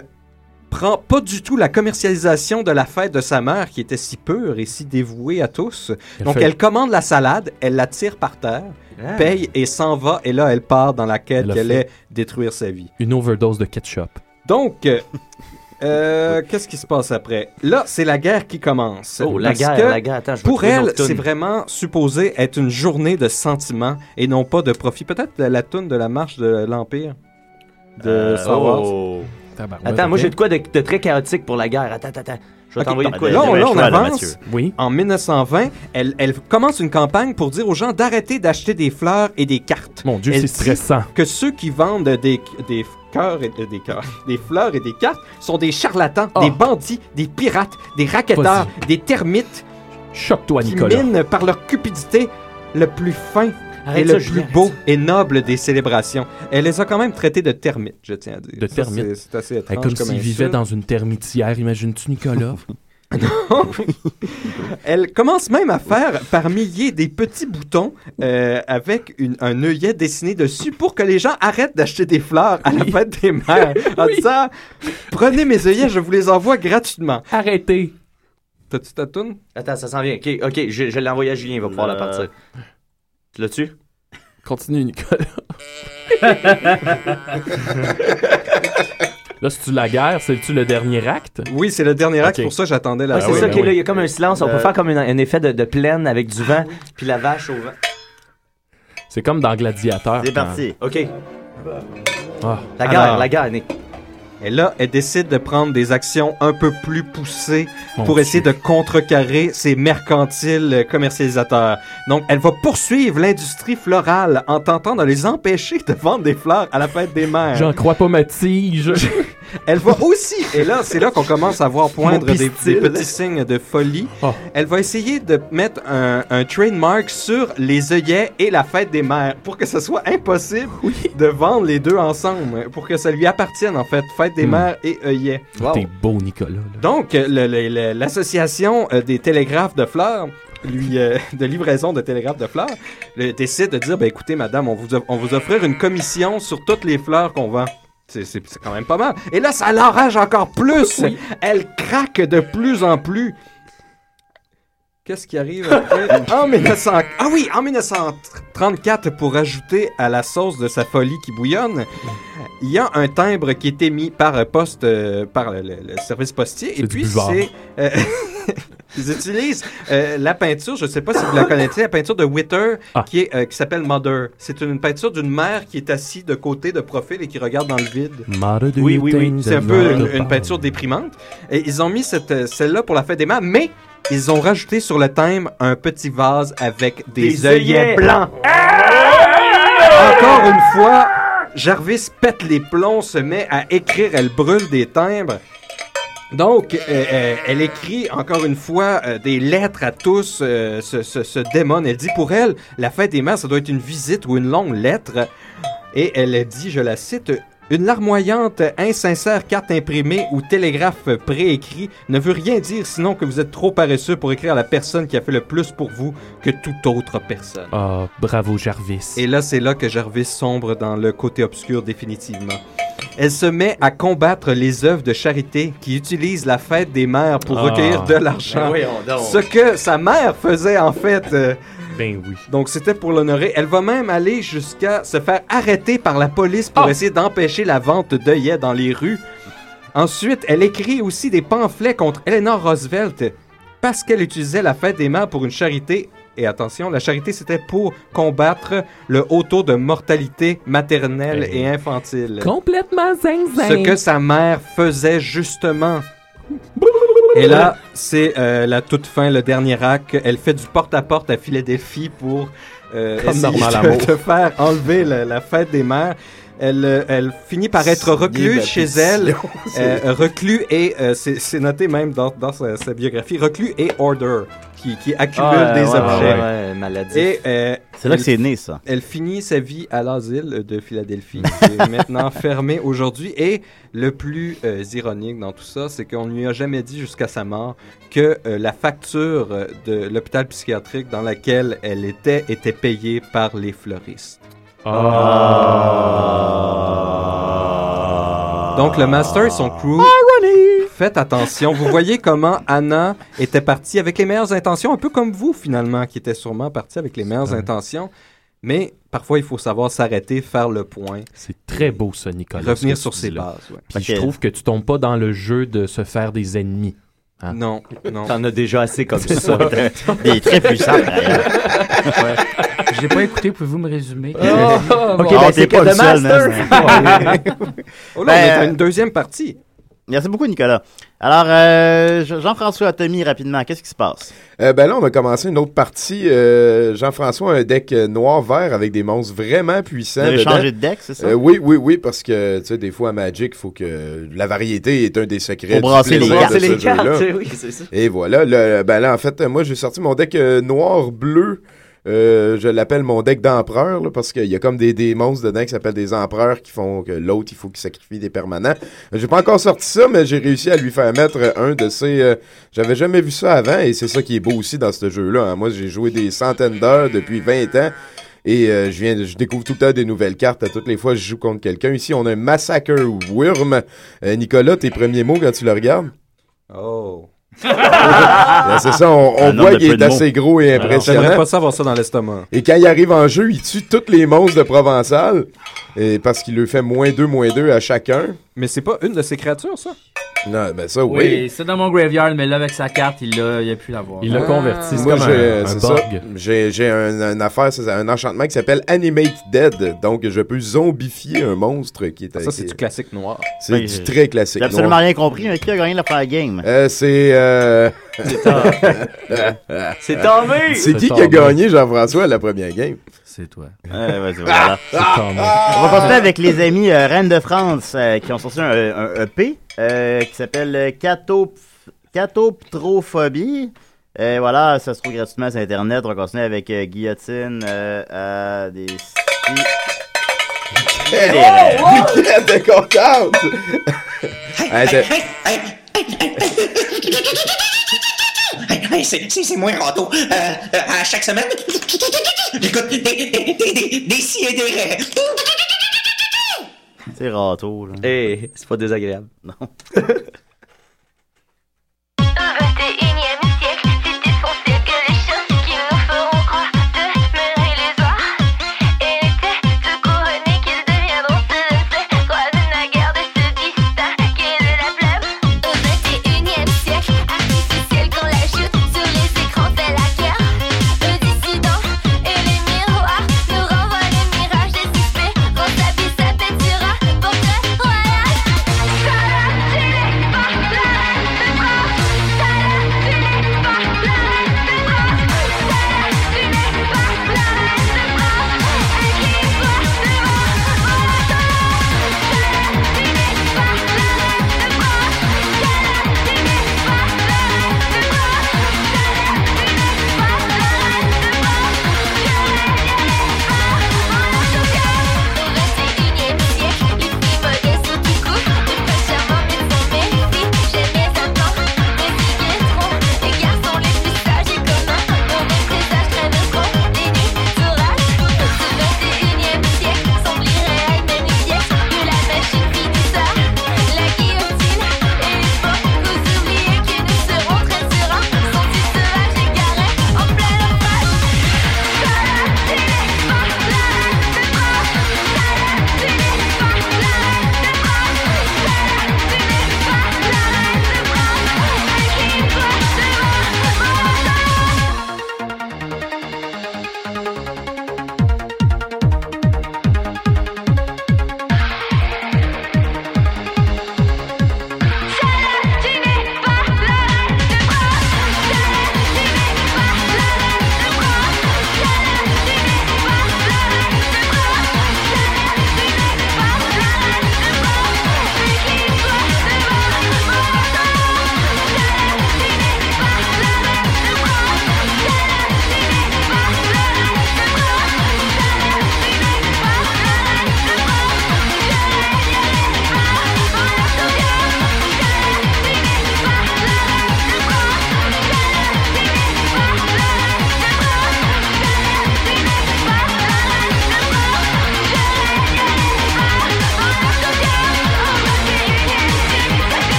Speaker 7: prend pas du tout la commercialisation de la fête de sa mère qui était si pure et si dévouée à tous.
Speaker 9: Elle
Speaker 7: Donc
Speaker 9: fait-
Speaker 7: elle commande la salade, elle la tire par terre,
Speaker 9: Ah.
Speaker 7: paye et s'en va et là elle part dans la quête
Speaker 9: Elle a
Speaker 7: qu'elle
Speaker 9: fait-
Speaker 7: est détruire sa vie.
Speaker 9: Une overdose de ketchup.
Speaker 7: Donc euh, euh, qu'est-ce qui se passe après Là, c'est la guerre qui commence.
Speaker 6: Oh, la
Speaker 7: Parce
Speaker 6: guerre,
Speaker 7: que
Speaker 6: la guerre. Attends, je vais
Speaker 7: pour
Speaker 6: trouver une
Speaker 7: elle,
Speaker 6: autre toune.
Speaker 7: c'est vraiment supposé être une journée de sentiments et non pas de profit. Peut-être la, la toune de la marche de l'empire de
Speaker 6: Euh,
Speaker 7: Star
Speaker 6: oh.
Speaker 7: Wars.
Speaker 6: Attends, moi j'ai de quoi de, de très chaotique pour la guerre. Attends, attends, attends. ben, Je vais
Speaker 7: Ok,
Speaker 6: t'envoyer de
Speaker 7: donc,
Speaker 6: quoi.
Speaker 7: là, on,
Speaker 6: de-
Speaker 7: là, on
Speaker 6: de- de-
Speaker 7: avance. En 1920, elle, elle commence une campagne pour dire aux gens d'arrêter d'acheter des fleurs et des cartes.
Speaker 9: Mon Dieu,
Speaker 7: Elle
Speaker 9: c'est
Speaker 7: dit
Speaker 9: stressant.
Speaker 7: Que ceux qui vendent des, des cœurs et euh, des cœurs, des fleurs et des cartes sont des charlatans,
Speaker 9: Ah.
Speaker 7: des bandits, des pirates, des racketeurs, des termites.
Speaker 9: Choque-toi,
Speaker 7: qui
Speaker 9: Nicolas.
Speaker 7: minent par leur cupidité le plus fin et
Speaker 9: Arrête
Speaker 7: le
Speaker 9: ça,
Speaker 7: plus
Speaker 9: Julien,
Speaker 7: beau et noble des célébrations. Elle les a quand même traités de termites, je tiens à dire.
Speaker 9: De
Speaker 7: Ça,
Speaker 9: termites.
Speaker 7: c'est- C'est assez
Speaker 9: Hey,
Speaker 7: étrange.
Speaker 9: comme s'il
Speaker 7: insulte.
Speaker 9: vivait dans une termitière, imagines-tu, Nicolas?
Speaker 7: Elle commence même à faire par milliers des petits boutons euh, avec une- un œillet dessiné dessus pour que les gens arrêtent d'acheter des fleurs à la fête des mères en disant Prenez mes œillets, je vous les envoie gratuitement.
Speaker 9: Arrêtez.
Speaker 7: T'as-tu ta toune? Euh,
Speaker 6: Attends, ça s'en vient. Ok, ok, je, je l'ai envoyé à Julien, il va pouvoir la partir. Tu l'as-tu?
Speaker 9: Continue, Nicolas. Là, c'est-tu la guerre? C'est-tu le dernier acte?
Speaker 7: Oui, c'est le dernier acte, pour ça j'attendais la
Speaker 8: Ah
Speaker 6: Ouais, c'est
Speaker 8: ben
Speaker 6: ça, ok, là, il y a comme un silence. On peut faire comme une- un effet de, de plaine avec du vent, Euh, Ah puis la vache au vent.
Speaker 9: C'est comme dans Gladiateur.
Speaker 6: C'est
Speaker 9: quand-
Speaker 6: parti. Ah. Ok.
Speaker 10: Bah.
Speaker 9: Ah.
Speaker 6: La guerre, la guerre, Nick.
Speaker 7: Et là, elle décide de prendre des actions un peu plus poussées
Speaker 9: Mon
Speaker 7: pour
Speaker 9: Dieu.
Speaker 7: essayer de contrecarrer ces mercantiles euh, commercialisateurs. Donc, elle va poursuivre l'industrie florale en tentant de les empêcher de vendre des fleurs à la fête des mères.
Speaker 9: J'en crois pas ma tige.
Speaker 7: Elle va aussi, et là, c'est là qu'on commence à voir poindre
Speaker 9: Mon
Speaker 7: des,
Speaker 9: pistil. Oh.
Speaker 7: des petits signes de folie. Elle va essayer de mettre un, un trademark sur les œillets et la fête des mères pour que ce soit impossible de vendre les deux ensemble, pour que ça lui appartienne en fait, fête des
Speaker 9: Hmm.
Speaker 7: mères et œillets.
Speaker 9: T'es beau, Nicolas.
Speaker 7: Donc, euh, le- le- le- l'association euh, des télégraphes de fleurs, lui, euh, de livraison de télégraphes de fleurs, le- décide de dire, ben, écoutez, madame, on vous, off- on vous offrir une commission sur toutes les fleurs qu'on vend. C'est c'est- c'est quand même pas mal. Et là, ça l'enrage encore plus. Elle craque de plus en plus. Qu'est-ce qui arrive après? en 1900... Ah oui, en 1934, pour ajouter à la sauce de sa folie qui bouillonne, il y a un timbre qui est émis par euh, poste, euh, par le, le- le service postier. Et
Speaker 9: du
Speaker 7: puis,
Speaker 9: buvard.
Speaker 7: c'est... euh, Ils utilisent euh, la peinture, je ne sais pas si vous la connaissez, la peinture de Witter
Speaker 9: Ah.
Speaker 7: qui est, euh, qui s'appelle Mother. C'est une peinture d'une mère qui est assise de côté, de profil et qui regarde dans le vide.
Speaker 9: Mother, do
Speaker 7: oui,
Speaker 9: you
Speaker 7: oui,
Speaker 9: think
Speaker 7: oui. C'est un
Speaker 9: that
Speaker 7: peu
Speaker 9: mother
Speaker 7: une, une peinture déprimante. Et ils ont mis cette, euh, celle-là pour la fête des mères, mais ils ont rajouté sur le thème un petit vase avec des,
Speaker 4: Des œillets.
Speaker 7: œillets blancs. Encore une fois, Jarvis pète les plombs, se met à écrire, elle brûle des timbres. Donc, euh, euh, elle écrit encore une fois euh, des lettres à tous, euh, ce, ce- ce démon. Elle dit pour elle, la fête des mères, ça doit être une visite ou une longue lettre. Et elle dit, je la cite, Une larmoyante, insincère carte imprimée ou télégraphe préécrit ne veut rien dire sinon que vous êtes trop paresseux pour écrire à la personne qui a fait le plus pour vous que toute autre personne.
Speaker 9: Ah, bravo Jarvis.
Speaker 7: Et là, c'est là que Jarvis sombre dans le côté obscur définitivement. Elle se met à combattre les œuvres de charité qui utilisent la fête des mères pour
Speaker 9: Ah.
Speaker 7: recueillir de l'argent.
Speaker 9: Ben voyons donc.
Speaker 7: Ce que sa mère faisait en fait. euh,
Speaker 9: Ben oui.
Speaker 7: donc c'était pour l'honorer. Elle va même aller jusqu'à se faire arrêter par la police
Speaker 9: Ah!
Speaker 7: pour essayer d'empêcher la vente d'œillets dans les rues. Ensuite, elle écrit aussi des pamphlets contre Eleanor Roosevelt parce qu'elle utilisait la fête des mères pour une charité. Et attention, la charité c'était pour combattre le haut taux de mortalité
Speaker 9: Ben
Speaker 7: maternelle et infantile.
Speaker 9: Complètement zinzin.
Speaker 7: Ce que sa mère faisait justement. Et là, c'est euh, la toute fin, le dernier acte. Elle fait du porte-à-porte à Philadelphie pour euh,
Speaker 9: Comme
Speaker 7: essayer
Speaker 9: Normal
Speaker 7: de,
Speaker 9: Amour.
Speaker 7: de faire enlever la, la fête des mères. Elle, euh, elle finit par être reclue
Speaker 9: ma
Speaker 7: chez
Speaker 9: pétition,
Speaker 7: elle.
Speaker 9: c'est-
Speaker 7: euh, reclue et euh, c'est c'est noté même dans, dans sa, sa biographie, reclue et order, qui, qui accumule
Speaker 6: Ah,
Speaker 7: des
Speaker 6: ouais, ouais,
Speaker 7: objets.
Speaker 6: ouais, ouais, maladif.
Speaker 7: Et, euh,
Speaker 5: C'est là
Speaker 7: elle-
Speaker 5: que c'est né, ça.
Speaker 7: elle finit sa vie à l'asile de Philadelphie, qui est maintenant fermée aujourd'hui. Et le plus euh, ironique dans tout ça, c'est qu'on ne lui a jamais dit jusqu'à sa mort que euh, la facture euh, de l'hôpital psychiatrique dans laquelle elle était était payée par les fleuristes. Donc le master et son crew, faites attention. Vous voyez comment Anna était partie avec les meilleures intentions, un peu comme vous finalement, qui était sûrement partie avec les meilleures
Speaker 9: vrai.
Speaker 7: intentions. Mais parfois, il faut savoir s'arrêter, faire le point.
Speaker 9: C'est très beau ça, Nicolas.
Speaker 7: Revenir
Speaker 9: ce que
Speaker 7: sur
Speaker 9: tu
Speaker 7: ses
Speaker 9: dis là.
Speaker 7: bases, ouais.
Speaker 9: Puis
Speaker 7: Ok.
Speaker 9: je trouve que tu tombes pas dans le jeu de se faire des ennemis. Hein?
Speaker 7: Non, non.
Speaker 6: T'en as déjà assez comme
Speaker 9: C'est
Speaker 6: ça.
Speaker 9: Il est très puissant, d'ailleurs.
Speaker 10: Ouais. J'ai pas écouté, pouvez-vous me résumer?
Speaker 7: Ah,
Speaker 10: Ok,
Speaker 7: bon.
Speaker 10: ben, c'est que The Master.
Speaker 7: Oh là, on est à une deuxième partie.
Speaker 5: Ben, euh, Merci beaucoup, Nicolas. Alors, euh, Je- Jean-François Tommy, rapidement, qu'est-ce qui se passe?
Speaker 8: Euh, ben là, on va commencer une autre partie. Euh, Jean-François a un deck euh, noir-vert avec des monstres vraiment puissants.
Speaker 5: Vous avez
Speaker 8: dedans.
Speaker 5: changé de deck, c'est ça?
Speaker 8: Euh, oui, oui, oui, parce que, tu sais, des fois, à Magic, il faut que la variété est un des secrets.
Speaker 5: Faut
Speaker 8: du
Speaker 5: brasser les
Speaker 8: plaisir
Speaker 5: cartes.
Speaker 8: de ce
Speaker 5: Brasser les cartes,
Speaker 8: jeu-là.
Speaker 5: c'est- oui, c'est ça.
Speaker 8: Et voilà, le, ben là, en fait, moi, j'ai sorti mon deck euh, noir-bleu. Euh, je l'appelle mon deck d'empereur là, parce qu'il y a comme des, des monstres dedans qui s'appellent des empereurs qui font que l'autre il faut qu'il sacrifie des permanents. Euh, J'ai pas encore sorti ça, mais j'ai réussi à lui faire mettre euh, un de ces. euh, J'avais jamais vu ça avant et c'est ça qui est beau aussi dans ce jeu-là. hein. Moi j'ai joué des centaines d'heures depuis 20 ans. Et euh, je viens, de- je découvre tout le temps des nouvelles cartes. À toutes les fois, je joue contre quelqu'un. Ici, on a un massacre worm. Euh, Nicolas, tes premiers mots quand tu le regardes
Speaker 7: Oh.
Speaker 8: Là, Ben, c'est ça, on, on
Speaker 7: Ah. Un
Speaker 8: voit
Speaker 7: homme de
Speaker 8: qu'il
Speaker 7: peu
Speaker 8: est
Speaker 7: de
Speaker 8: assez
Speaker 7: mots. Ben,
Speaker 8: gros et
Speaker 7: Alors, J'aimerais
Speaker 8: impressionnant.
Speaker 7: pas savoir ça dans l'estomac.
Speaker 8: Et quand il arrive en jeu, il tue tous les monstres de Provençal et parce qu'il lui fait moins 2, moins 2 à chacun.
Speaker 7: Mais c'est pas une de ces créatures, ça?
Speaker 8: Non, ben ça, oui.
Speaker 10: Oui, c'est dans mon graveyard, mais là, avec sa carte, il l'a, il a pu l'avoir.
Speaker 8: Moi, j'ai- c'est ça. J'ai j'ai un, une affaire, c'est un enchantement qui s'appelle Animate Dead. Donc, je peux zombifier un monstre qui est.
Speaker 7: Ça, c'est
Speaker 8: qui-
Speaker 7: du classique noir.
Speaker 8: C'est du
Speaker 7: euh,
Speaker 8: très classique.
Speaker 5: J'ai absolument
Speaker 8: noir.
Speaker 5: rien compris, mais qui a gagné la première game?
Speaker 8: Euh, c'est. euh,
Speaker 5: C'est Tommy!
Speaker 8: C'est qui
Speaker 5: C'est
Speaker 8: qui a
Speaker 5: Tommy.
Speaker 8: gagné Jean-François à la première game Ah,
Speaker 5: C'est toi. vas-y, voilà.
Speaker 8: C'est Tommy.
Speaker 5: On va continuer avec les amis euh, Reines de France euh, qui ont sorti un, un EP euh, qui s'appelle euh, Catop- Catoptrophobie. Euh, voilà, ça se trouve gratuitement sur Internet. On va continuer avec euh, Guillotine euh, à des...
Speaker 14: Oh,
Speaker 8: Guillotine de contente! Hey, c'est-
Speaker 15: Hey, c'est- c'est c'est moi, Rando. Euh, euh, à chaque semaine, j'écoute des, des, des, des, des si et des raies.
Speaker 5: C'est râteau, là.
Speaker 6: Eh, c'est pas désagréable.
Speaker 5: Non.
Speaker 16: Voilà, tu l'exposes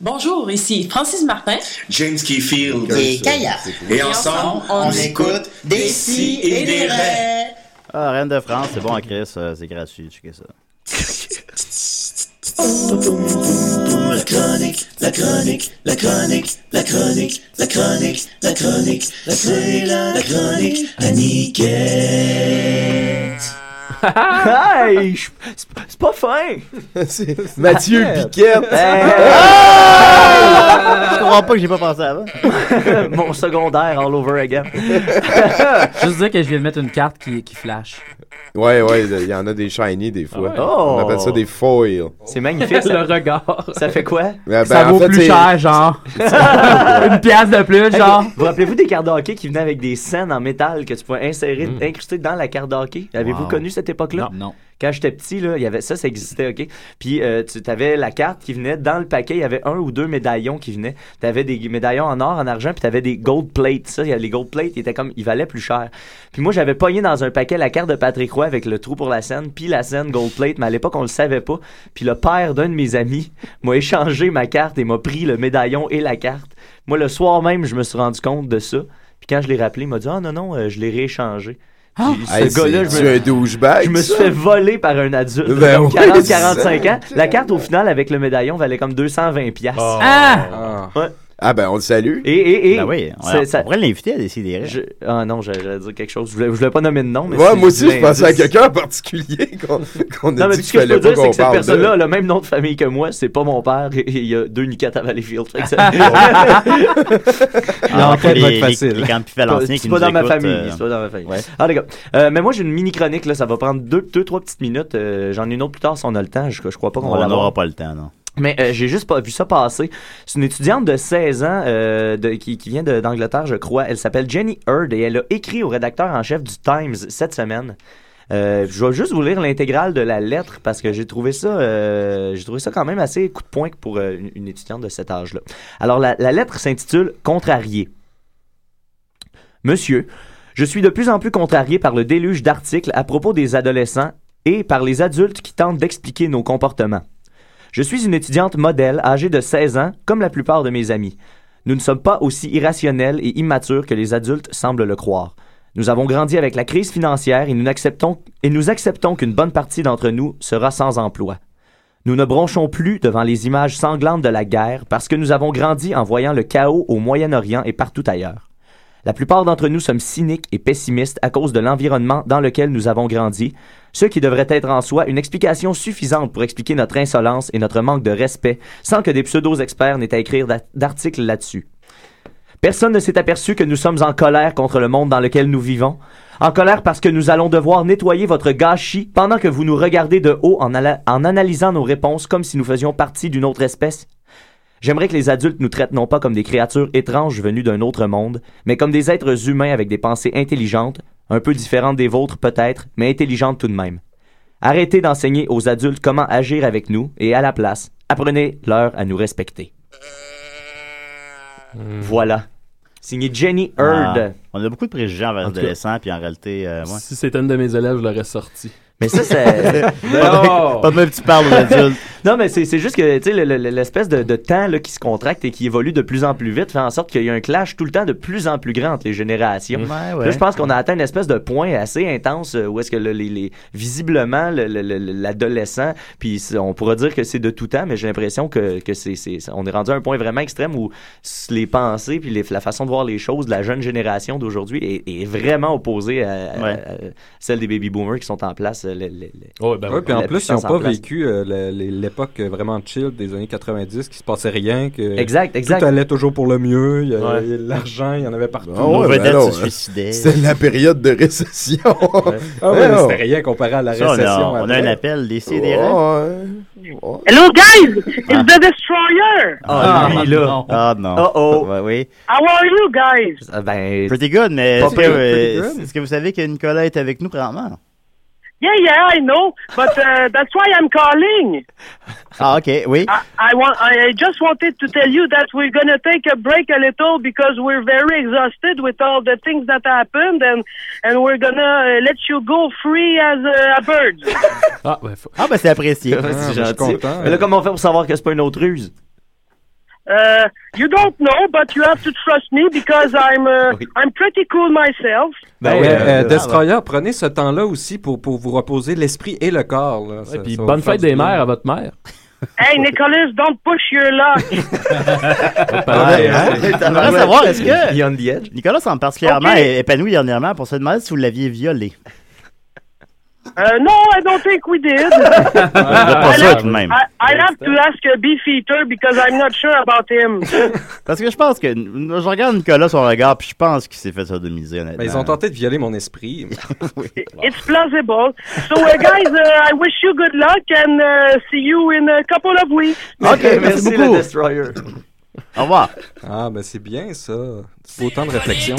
Speaker 16: Bonjour, ici Francis Martin.
Speaker 14: James Keyfield.
Speaker 16: Et Kaya.
Speaker 14: Et ensemble, on écoute des si et des rêves.
Speaker 5: Ah, Reine de France, c'est bon à Chris, euh, c'est gratuit, checker ça.
Speaker 4: La chronique, la chronique, la chronique, la chronique, la chronique, la chronique, la chronique, la chronique, Aniquette.
Speaker 6: hey, je- c'est pas- c'est pas fin.
Speaker 8: Mathieu Piquette.
Speaker 6: Je
Speaker 5: comprends pas que j'ai pas pensé avant.
Speaker 6: Eh, Mon secondaire all over again.
Speaker 10: Juste dire que je viens de mettre une carte qui, qui flash.
Speaker 8: Ouais, ouais, il y en a des shiny des fois.
Speaker 10: Ah ouais. Oh.
Speaker 8: On appelle ça des foils.
Speaker 6: C'est magnifique. ça.
Speaker 10: Le regard.
Speaker 6: Ça fait quoi?
Speaker 8: Ben,
Speaker 10: ça
Speaker 8: en
Speaker 10: vaut
Speaker 8: fait,
Speaker 10: plus
Speaker 8: c'est-
Speaker 10: cher, genre. Une pièce de plus,
Speaker 6: Hey,
Speaker 10: genre.
Speaker 6: Vous vous rappelez-vous des cartes de hockey qui venaient avec des scènes en métal que tu pouvais insérer,
Speaker 8: Mm.
Speaker 6: incruster dans la carte de hockey? Avez-vous
Speaker 10: Wow.
Speaker 6: connu cette époque-là?
Speaker 10: Non.
Speaker 6: Quand j'étais petit, là, il y avait ça, ça existait, OK? Puis euh, tu avais la carte qui venait, dans le paquet, il y avait un ou deux médaillons qui venaient. Tu avais des médaillons en or, en argent, puis tu avais des gold plates. Ça, il y a- les gold plates, ils, étaient comme, ils valaient plus cher. Puis moi, j'avais pogné dans un paquet la carte de Patrick Roy avec le trou pour la scène, puis la scène gold plate, mais à l'époque, on le savait pas. Puis le père d'un de mes amis m'a échangé ma carte et m'a pris le médaillon et la carte. Moi, le soir même, je me suis rendu compte de ça. Puis quand je l'ai rappelé, il m'a dit Ah non, non, euh, je l'ai rééchangé. Puis ce
Speaker 8: Hey,
Speaker 6: gars-là, je
Speaker 8: c'est-tu
Speaker 6: me-
Speaker 8: un douchebag,
Speaker 6: Je me suis
Speaker 8: ça?
Speaker 6: fait voler par un adulte.
Speaker 8: Ben
Speaker 6: comme
Speaker 8: oui,
Speaker 6: 40,
Speaker 8: c'est
Speaker 6: 45
Speaker 8: ça.
Speaker 6: ans. La carte, au final, avec le médaillon, valait comme 220 piastres.
Speaker 5: Oh.
Speaker 8: Ah!
Speaker 6: Ouais.
Speaker 8: Ah ben on le salue.
Speaker 6: Et, et, et.
Speaker 8: Ben oui,
Speaker 5: on-
Speaker 6: c'est-
Speaker 5: on pourrait l'inviter à décider.
Speaker 6: Je- Ah non, j'allais- j'allais dire quelque chose. Je voulais, je voulais pas nommer de nom. Mais
Speaker 8: Ouais,
Speaker 6: c'est-
Speaker 8: moi aussi,
Speaker 6: c'est
Speaker 8: je pensais à
Speaker 6: l'indice.
Speaker 8: quelqu'un en particulier qu'on qu'on
Speaker 6: Non,
Speaker 8: a
Speaker 6: mais
Speaker 8: dit
Speaker 6: ce
Speaker 8: qu'il
Speaker 6: que je peux
Speaker 8: fallait pas
Speaker 6: dire, c'est
Speaker 8: qu'on
Speaker 6: que cette
Speaker 8: parle
Speaker 6: personne-là
Speaker 8: de.
Speaker 6: a le même nom de famille que moi. C'est pas mon père. et- et Il y a deux niquettes à Valleyfield. Fait que ça-
Speaker 5: Ah, L'enquête Ah, les- va être facile. les- les camps valenciens qui
Speaker 6: C'est pas
Speaker 5: nous
Speaker 6: dans ma
Speaker 5: écoutent,
Speaker 6: famille.
Speaker 5: euh,
Speaker 6: C'est pas dans ma famille.
Speaker 5: ouais.
Speaker 6: Ah, les gars. Euh, mais moi, j'ai une mini chronique. Là, ça va prendre deux, deux, trois petites minutes. Euh, J'en ai une autre plus tard si on a le temps. Je, je crois pas qu'on
Speaker 5: On
Speaker 6: va l'avoir.
Speaker 5: n'aura pas le temps, non.
Speaker 6: Mais euh, j'ai juste pas vu ça passer. C'est une étudiante de 16 ans euh, de- qui, qui vient de- d'Angleterre, je crois. Elle s'appelle Jenny Hurd et elle a écrit au rédacteur en chef du Times cette semaine. Euh, je vais juste vous lire l'intégrale de la lettre parce que j'ai trouvé ça, euh, j'ai trouvé ça quand même assez coup de poing pour euh, une, une étudiante de cet âge-là. Alors la- la lettre s'intitule Contrarié. Monsieur, je suis de plus en plus contrarié par le déluge d'articles à propos des adolescents et par les adultes qui tentent d'expliquer nos comportements. Je suis une étudiante modèle âgée de 16 ans, comme la plupart de mes amis. Nous ne sommes pas aussi irrationnels et immatures que les adultes semblent le croire. Nous avons grandi avec la crise financière et nous acceptons, et nous acceptons qu'une bonne partie d'entre nous sera sans emploi. Nous ne bronchons plus devant les images sanglantes de la guerre parce que nous avons grandi en voyant le chaos au Moyen-Orient et partout ailleurs. La plupart d'entre nous sommes cyniques et pessimistes à cause de l'environnement dans lequel nous avons grandi, ce qui devrait être en soi une explication suffisante pour expliquer notre insolence et notre manque de respect, sans que des pseudo-experts n'aient à écrire d'a- d'articles là-dessus. Personne ne s'est aperçu que nous sommes en colère contre le monde dans lequel nous vivons. En colère parce que nous allons devoir nettoyer votre gâchis pendant que vous nous regardez de haut en, ala- en analysant nos réponses comme si nous faisions partie d'une autre espèce. J'aimerais que les adultes nous traitent non pas comme des créatures étranges venues d'un autre monde, mais comme des êtres humains avec des pensées intelligentes, un peu différentes des vôtres peut-être, mais intelligentes tout de même. Arrêtez d'enseigner aux adultes comment agir avec nous et à la place, apprenez-leur à nous respecter. Voilà. Signé Jenny Hurd.
Speaker 5: Hmm. Ah, on a beaucoup de préjugés envers les
Speaker 9: En tout cas.
Speaker 5: adolescents, puis en réalité, euh, ouais.
Speaker 9: Si c'était une de mes élèves, je l'aurais sorti.
Speaker 6: Mais ça, c'est. non, mais c'est c'est juste que, tu sais, le- le- l'espèce de, de temps là, qui se contracte et qui évolue de plus en plus vite fait en sorte qu'il y a un clash tout le temps de plus en plus grand entre les générations.
Speaker 5: Ouais, ouais.
Speaker 6: Là, je pense qu'on a atteint une espèce de point assez intense euh, où est-ce que le- les, les- visiblement, le- le- le- l'adolescent, puis c'est- on pourra dire que c'est de tout temps, mais j'ai l'impression que, que c'est, c'est- on est rendu à un point vraiment extrême où s- les pensées puis les- la façon de voir les choses de la jeune génération d'aujourd'hui est, est vraiment opposée à, à- à celle des baby boomers qui sont en place. euh, le- le- le-
Speaker 7: Ouais, puis en
Speaker 6: la
Speaker 7: plus, ils n'ont
Speaker 6: puissance en
Speaker 7: pas
Speaker 6: place.
Speaker 7: vécu euh, la- les- l'époque euh, vraiment chill des années 90 qui se passait rien, que
Speaker 6: Exact, exact.
Speaker 7: euh, tout allait toujours pour le mieux, il y
Speaker 6: Ouais.
Speaker 7: avait il y avait de l'argent, il y en avait partout.
Speaker 8: Ah ouais, ben alors, hein, C'était la période de récession.
Speaker 7: Ah ouais, mais c'était rien comparé à la
Speaker 5: Ça, on a-
Speaker 7: récession.
Speaker 5: on a
Speaker 7: après.
Speaker 5: un appel, des CDR.
Speaker 8: Oh.
Speaker 17: Hello guys, it's the destroyer.
Speaker 5: Ah,
Speaker 6: lui,
Speaker 5: non.
Speaker 6: là.
Speaker 5: Ah non.
Speaker 6: Oh, oh.
Speaker 5: Ouais, oui.
Speaker 17: How are you guys?
Speaker 6: Ah, Ben,
Speaker 5: Pretty good, mais
Speaker 6: Pas
Speaker 5: est-ce que,
Speaker 6: pire,
Speaker 5: euh,
Speaker 6: pretty good.
Speaker 5: est-ce que vous savez que Nicolas est avec nous présentement?
Speaker 17: Yeah, yeah, I know, but uh, that's why I'm calling.
Speaker 5: Ah, ok, oui.
Speaker 17: I want, I I just wanted to tell you that we're gonna take a break a little because we're very exhausted with all the things that happened, and and we're gonna uh, let you go free as a, a bird.
Speaker 5: Ah, ben c'est apprécié.
Speaker 6: c'est gentil. Mais là, comment on fait pour savoir que c'est pas une autre ruse?
Speaker 17: Uh, you don't know, but you have to trust me because I'm uh, I'm pretty cool myself.
Speaker 7: Ben,
Speaker 9: oui,
Speaker 7: euh,
Speaker 9: euh,
Speaker 7: euh,
Speaker 9: ah,
Speaker 7: Destroyer, prenez ce temps-là aussi pour, pour vous reposer l'esprit et le corps. là. Ça-
Speaker 9: puis
Speaker 7: ça va
Speaker 9: bonne
Speaker 7: vous faire
Speaker 9: fête
Speaker 7: du
Speaker 9: des
Speaker 7: bien.
Speaker 9: mères à votre mère.
Speaker 17: Hey, Nicholas, don't push your luck.
Speaker 5: Ah hein? J'aimerais savoir, est-ce que.
Speaker 6: Beyond the Edge.
Speaker 5: Nicolas en particulièrement
Speaker 17: Ok.
Speaker 5: est épanoui dernièrement pour se demander si vous l'aviez violé.
Speaker 17: Uh, no, I don't think we did.
Speaker 5: pas
Speaker 17: I'll
Speaker 5: ça,
Speaker 17: have-
Speaker 5: tout de même.
Speaker 17: I, I'll have to ask a Beefeater because I'm not sure about him.
Speaker 5: Parce que je pense que. Je regarde Nicolas son regard, puis je pense qu'il s'est fait sodomiser, honnêtement.
Speaker 7: Ben, ils ont tenté de violer mon esprit.
Speaker 17: It's plausible. So, uh, guys, uh, I wish you good luck and uh, see you in a couple of weeks.
Speaker 6: Destroyer.
Speaker 5: Au revoir.
Speaker 7: Ah, ben c'est bien ça. Faut Autant de
Speaker 6: Ah,
Speaker 7: réflexion.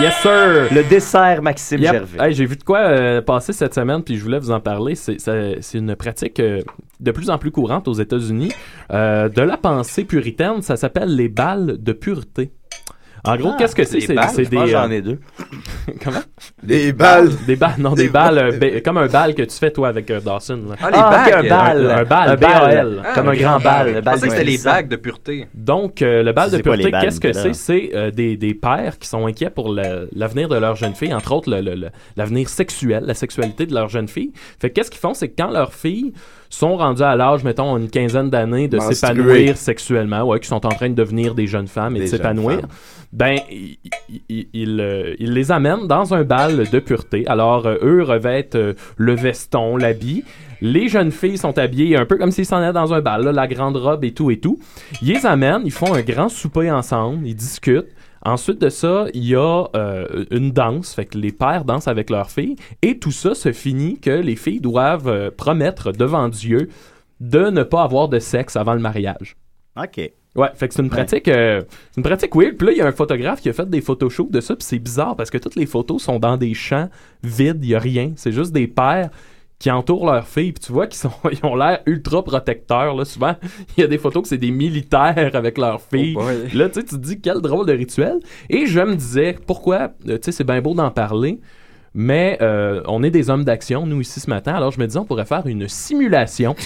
Speaker 9: Yes, sir!
Speaker 6: Le dessert Maxime
Speaker 9: Yep.
Speaker 6: Gervais.
Speaker 9: Hey, J'ai vu de quoi euh, passer cette semaine, puis je voulais vous en parler. C'est ça- c'est une pratique euh, de plus en plus courante aux États-Unis euh, de la pensée puritaine. Ça s'appelle les balles de pureté. En gros,
Speaker 6: Ah,
Speaker 9: qu'est-ce que c'est?
Speaker 6: les
Speaker 9: C'est
Speaker 6: balles,
Speaker 9: c'est
Speaker 6: je pense que j'en ai
Speaker 9: deux. Comment?
Speaker 8: Des balles.
Speaker 9: Des balles, non, des, balles, euh, ba- comme un bal que tu fais toi avec euh, Dawson. là.
Speaker 6: Ah, les Ah, ok, bagues.
Speaker 9: Un, un bal,
Speaker 6: Un
Speaker 9: BAL.
Speaker 6: Ah, Comme un grand bal, le
Speaker 7: Je
Speaker 6: bal
Speaker 7: pensais que c'était les
Speaker 6: glissant.
Speaker 7: bagues de pureté.
Speaker 9: Donc, euh, le bal
Speaker 7: C'est
Speaker 9: de
Speaker 7: quoi les
Speaker 9: pureté,
Speaker 7: balles,
Speaker 9: qu'est-ce que
Speaker 7: Nicolas?
Speaker 9: c'est? C'est euh, des, des pères qui sont inquiets pour le- l'avenir de leur jeune fille, entre autres le- le- le- l'avenir sexuel, la sexualité de leur jeune fille. Fait que qu'est-ce qu'ils font? C'est que quand leurs filles sont rendues à l'âge, mettons, une quinzaine d'années, de
Speaker 11: Menstruées.
Speaker 9: s'épanouir sexuellement, ouais, qui sont en train de devenir des jeunes femmes et
Speaker 11: Des
Speaker 9: de s'épanouir,
Speaker 11: jeunes
Speaker 9: ben, ils il, il, euh, il les amènent dans un bal de pureté. Alors, euh, eux revêtent euh, le veston, l'habit. Les jeunes filles sont habillées un peu comme s'ils s'en allaient dans un bal, là, la grande robe et tout et tout. Ils les amènent, ils font un grand souper ensemble, ils discutent. Ensuite de ça, il y a euh, une danse, fait que les pères dansent avec leurs filles, et tout ça se finit que les filles doivent euh, promettre devant Dieu de ne pas avoir de sexe avant le mariage.
Speaker 5: OK.
Speaker 9: Ouais, fait que c'est une pratique, euh, c'est une pratique weird. Puis là, il y a un photographe qui a fait des photoshoots de ça, puis c'est bizarre parce que toutes les photos sont dans des champs vides, il y a rien. C'est juste des pères qui entourent leurs filles, puis tu vois qu'ils sont, ils ont l'air ultra protecteurs. Là, souvent, il y a des photos que c'est des militaires avec leurs filles. là, tu sais, tu te dis quel drôle de rituel. Et je me disais pourquoi, euh, tu sais, c'est bien beau d'en parler. Mais euh, on est des hommes d'action, nous, ici ce matin. Alors, je me disais, on pourrait faire une simulation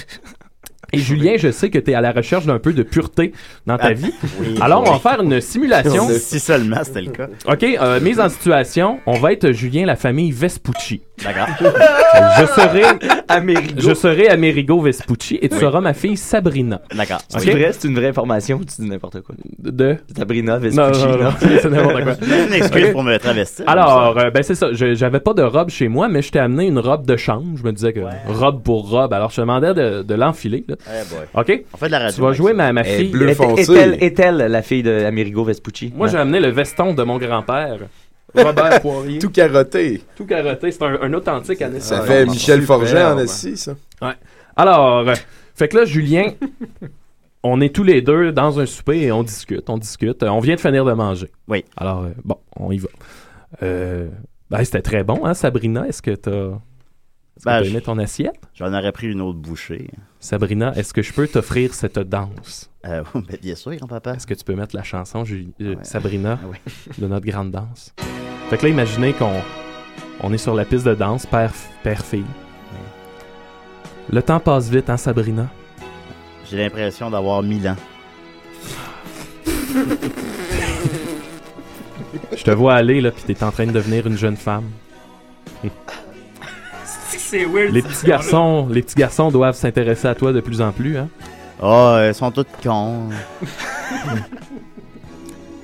Speaker 9: Et Julien, je sais que tu es à la recherche d'un peu de pureté dans ta
Speaker 5: Ah,
Speaker 9: vie.
Speaker 5: oui.
Speaker 9: Alors, on va faire une simulation.
Speaker 5: Si seulement c'était le cas.
Speaker 9: OK, euh, mise en situation, on va être Julien, la famille Vespucci.
Speaker 5: D'accord.
Speaker 9: je serai Amerigo. Je serai Amerigo Vespucci et tu
Speaker 6: Oui.
Speaker 9: seras ma fille Sabrina.
Speaker 5: D'accord.
Speaker 6: C'est
Speaker 9: Ok?
Speaker 6: vrai, c'est une vraie information ou tu dis n'importe quoi?
Speaker 9: De?
Speaker 6: Sabrina
Speaker 9: Non,
Speaker 6: Vespucci.
Speaker 9: non, non,
Speaker 6: là.
Speaker 9: c'est n'importe quoi.
Speaker 5: C'est une excuse
Speaker 9: Ok.
Speaker 5: pour me travestir, hein,
Speaker 9: Alors, euh, ben c'est ça. Je- J'avais pas de robe chez moi, mais je t'ai amené une robe de chambre. Je me disais que robe pour robe. Alors, je te demandais de, de l'enfiler. là. OK?
Speaker 5: On fait de la radio,
Speaker 9: Tu vas jouer ma, ma
Speaker 6: Elle est
Speaker 9: fille.
Speaker 6: bleue Est- foncée. est-elle- la fille de Amerigo Vespucci?
Speaker 9: Moi,
Speaker 6: Non.
Speaker 9: j'ai amené le veston de mon grand-père. Robert Poirier.
Speaker 8: Tout carotté.
Speaker 9: Tout carotté. C'est un, un authentique anesthésique.
Speaker 8: Ça fait
Speaker 5: Ah,
Speaker 8: Michel Forget
Speaker 5: hein.
Speaker 8: en assis, ça.
Speaker 9: Ah, Ouais. Alors, euh, fait que là, Julien, on est tous les deux dans un souper et on discute, on discute. Euh, on vient de finir de manger.
Speaker 5: Oui.
Speaker 9: Alors, euh, bon, on y va. Euh, ben, c'était très bon, hein, Sabrina? Est-ce que t'as est-ce que
Speaker 5: Ben,
Speaker 9: t'as
Speaker 5: je-
Speaker 9: aimé ton assiette?
Speaker 5: J'en aurais pris une autre bouchée.
Speaker 9: Sabrina, est-ce que je peux t'offrir cette danse?
Speaker 5: Euh, ben, bien sûr, grand-papa.
Speaker 9: Est-ce que tu peux mettre la chanson, Ju- euh, Sabrina,
Speaker 5: Ah ouais.
Speaker 9: de notre grande danse? Fait que là, imaginez qu'on on est sur la piste de danse, père- père-fille. Le temps passe vite, hein, Sabrina?
Speaker 5: J'ai l'impression d'avoir mille ans.
Speaker 9: Je te vois aller, là, puis t'es en train de devenir une jeune femme.
Speaker 10: C'est weird.
Speaker 9: Les petits garçons, les petits garçons doivent s'intéresser à toi de plus en plus, hein.
Speaker 5: Ah, ils sont tous cons.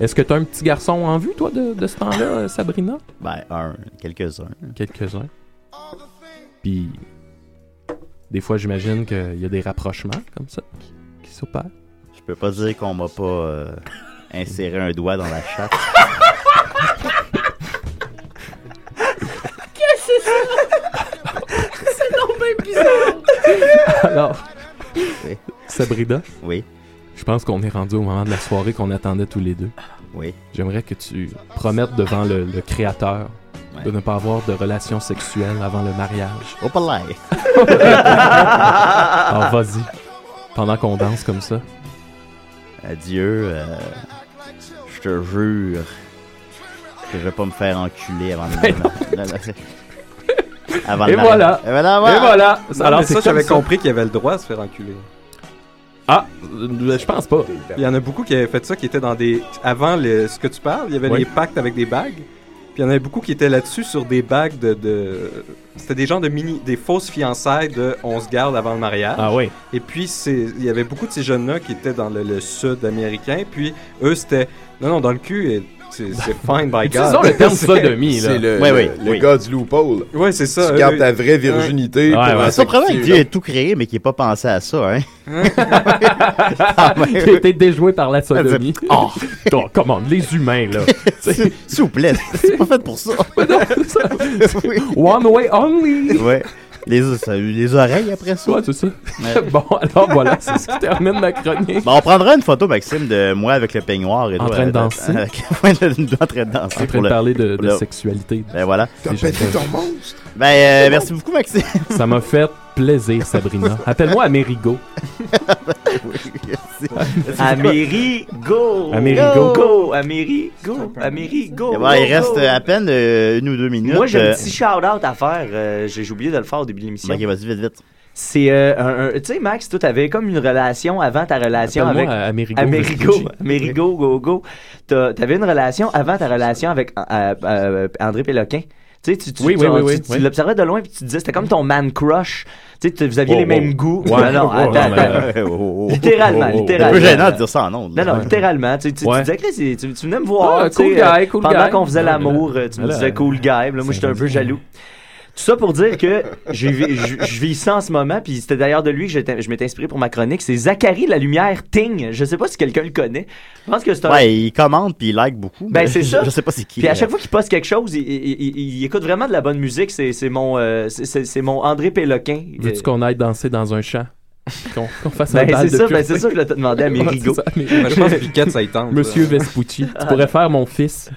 Speaker 9: Est-ce que t'as un petit garçon en vue, toi, de, de ce temps-là, euh, Sabrina?
Speaker 5: Ben, un, quelques-uns.
Speaker 9: Quelques-uns. Puis, des fois, j'imagine qu'il y a des rapprochements comme ça qui, qui s'opèrent.
Speaker 5: Je peux pas dire qu'on m'a pas euh, inséré un doigt dans la chatte.
Speaker 4: Qu'est-ce que c'est ça? C'est donc bien bizarre.
Speaker 9: Alors, Sabrina?
Speaker 5: Oui.
Speaker 9: Je pense qu'on est rendu au moment de la soirée qu'on attendait tous les deux.
Speaker 5: Oui.
Speaker 9: J'aimerais que tu promettes devant le, le créateur de ne pas avoir de relation sexuelle avant le mariage.
Speaker 5: Oh, pas Ah.
Speaker 9: Alors vas-y. Pendant qu'on danse comme ça.
Speaker 5: Adieu. euh, je te jure que je vais pas me faire enculer avant de... Avant
Speaker 9: Ben Et
Speaker 5: le mariage.
Speaker 9: voilà.
Speaker 5: Et voilà,
Speaker 9: Et voilà.
Speaker 7: Non,
Speaker 9: Alors,
Speaker 7: mais
Speaker 9: c'est
Speaker 7: ça,
Speaker 9: comme
Speaker 7: j'avais
Speaker 9: ça.
Speaker 7: compris qu'il avait le droit de se faire enculer.
Speaker 9: Ah, je pense pas.
Speaker 7: Il y en a beaucoup qui avaient fait ça, qui étaient dans des. Avant le- ce que tu parles, il y avait
Speaker 9: Oui.
Speaker 7: des pactes avec des bagues. Puis il y en avait beaucoup qui étaient là-dessus sur des bagues de. de- C'était des gens de mini. des fausses fiançailles de on se garde avant le mariage.
Speaker 9: Ah oui.
Speaker 7: Et puis c'est- il y avait beaucoup de ces jeunes-là qui étaient dans le, le sud américain. Puis eux, c'était. Non, non, dans le cul, et c'est c'est fine by God.
Speaker 9: Utilisons le terme sodomie, là.
Speaker 8: C'est le,
Speaker 9: Ouais,
Speaker 8: le,
Speaker 9: ouais,
Speaker 8: le
Speaker 9: oui.
Speaker 8: God's loophole.
Speaker 7: Ouais, c'est ça,
Speaker 8: Tu gardes
Speaker 7: eux,
Speaker 8: ta vraie virginité.
Speaker 5: Ouais,
Speaker 8: pour
Speaker 5: ouais.
Speaker 8: la
Speaker 5: C'est pas probable que
Speaker 8: sortir.
Speaker 5: Dieu ait tout créé, mais qu'il n'ait pas pensé à ça, hein.
Speaker 9: Il a été déjoué par la sodomie.
Speaker 5: Ah,
Speaker 9: Oh, toi, comment les humains, là.
Speaker 5: S'il vous plaît, c'est pas fait pour ça.
Speaker 9: One way only.
Speaker 5: Ouais. Les, ça a eu les oreilles après ça.
Speaker 9: Ouais, c'est ça. Bon, alors voilà, c'est ce qui termine ma chronique.
Speaker 5: Ben, on prendra une photo, Maxime, de moi avec le peignoir et
Speaker 9: En
Speaker 5: tout,
Speaker 9: train de
Speaker 5: euh,
Speaker 9: danser.
Speaker 5: avec- ouais, de- en train de danser.
Speaker 9: En train
Speaker 5: pour
Speaker 9: de
Speaker 5: le-
Speaker 9: parler de, de
Speaker 5: pour le-
Speaker 9: sexualité.
Speaker 5: Ben voilà.
Speaker 9: T'as pété ton
Speaker 5: monstre. Ben, euh, merci beaucoup, Maxime.
Speaker 9: Ça m'a fait plaisir, Sabrina. Appelle-moi Amerigo.
Speaker 6: Amerigo!
Speaker 5: Amerigo.
Speaker 6: Go! Amerigo! Amerigo!
Speaker 5: Et voilà, il
Speaker 6: go,
Speaker 5: reste
Speaker 6: go.
Speaker 5: euh, à peine euh, une ou deux minutes.
Speaker 6: Moi, j'ai
Speaker 5: euh,
Speaker 6: un petit shout-out à faire. euh, j'ai j'ai oublié de le faire au début de l'émission.
Speaker 5: Ok, vas-y, vite, vite.
Speaker 6: C'est euh, un- un- Tu sais, Max, toi, t'avais comme une relation avant ta relation avec.
Speaker 9: Appelle-moi à Amerigo
Speaker 6: Amerigo.
Speaker 9: Vespucci.
Speaker 6: Amerigo, go, go. T'as- T'avais une relation avant ta relation avec euh, euh, André Péloquin. Tu sais, tu, tu,
Speaker 9: Oui,
Speaker 6: tu-
Speaker 9: oui, oui,
Speaker 6: tu-
Speaker 9: oui,
Speaker 6: tu
Speaker 9: oui.
Speaker 6: l'observais de loin puis tu te disais, c'était comme ton man crush. Tu sais, tu- vous aviez
Speaker 5: Oh,
Speaker 6: les mêmes
Speaker 5: oh.
Speaker 6: goûts.
Speaker 5: Ouais.
Speaker 6: Non, non,
Speaker 5: Oh,
Speaker 6: attends,
Speaker 5: non, mais-
Speaker 6: attends.
Speaker 5: Oh, oh, oh.
Speaker 6: Littéralement,
Speaker 5: Oh, oh, oh.
Speaker 6: littéralement.
Speaker 5: Un peu gênant de dire ça en ondes, là.
Speaker 6: Non, non, littéralement. Tu, tu, tu
Speaker 5: Ouais.
Speaker 6: disais que là, c'est- tu, tu venais me voir.
Speaker 9: Ah,
Speaker 6: tu sais,
Speaker 9: cool
Speaker 6: euh,
Speaker 9: guy, cool
Speaker 6: pendant
Speaker 9: guy.
Speaker 6: qu'on faisait
Speaker 9: Non,
Speaker 6: l'amour, euh,
Speaker 9: mais là-
Speaker 6: tu me
Speaker 9: mais là,
Speaker 6: disais cool guy. Là, moi, j'étais un peu jaloux. Tout ça pour dire que j'ai vi- je je vis ça en ce moment, puis c'était d'ailleurs de lui que j'étais- je m'étais inspiré pour ma chronique. C'est Zachary La Lumière Ting. Je sais pas si quelqu'un le connaît. Je pense que c'est un.
Speaker 5: Ouais, il commente puis il like beaucoup.
Speaker 6: Ben,
Speaker 5: mais
Speaker 6: c'est
Speaker 5: je-
Speaker 6: ça.
Speaker 5: Je sais pas c'est qui.
Speaker 6: Puis à
Speaker 5: là.
Speaker 6: chaque fois qu'il poste quelque chose, il, il- il- il écoute vraiment de la bonne musique. C'est c'est mon, euh, c'est- c'est c'est mon André Péloquin.
Speaker 9: Veux-tu qu'on aille danser dans un champ? Qu'on qu'on fasse un
Speaker 6: Euh, Ben,
Speaker 9: bal
Speaker 6: c'est
Speaker 9: de
Speaker 6: ça, ben,
Speaker 9: pureté?
Speaker 6: c'est ça que je te demandais à mes
Speaker 9: Ouais,
Speaker 6: rigots.
Speaker 9: c'est ça, mais-
Speaker 6: Ben, je pense que Piquette, ça y tente,
Speaker 9: Monsieur
Speaker 6: là.
Speaker 9: Vespucci, tu pourrais faire mon fils.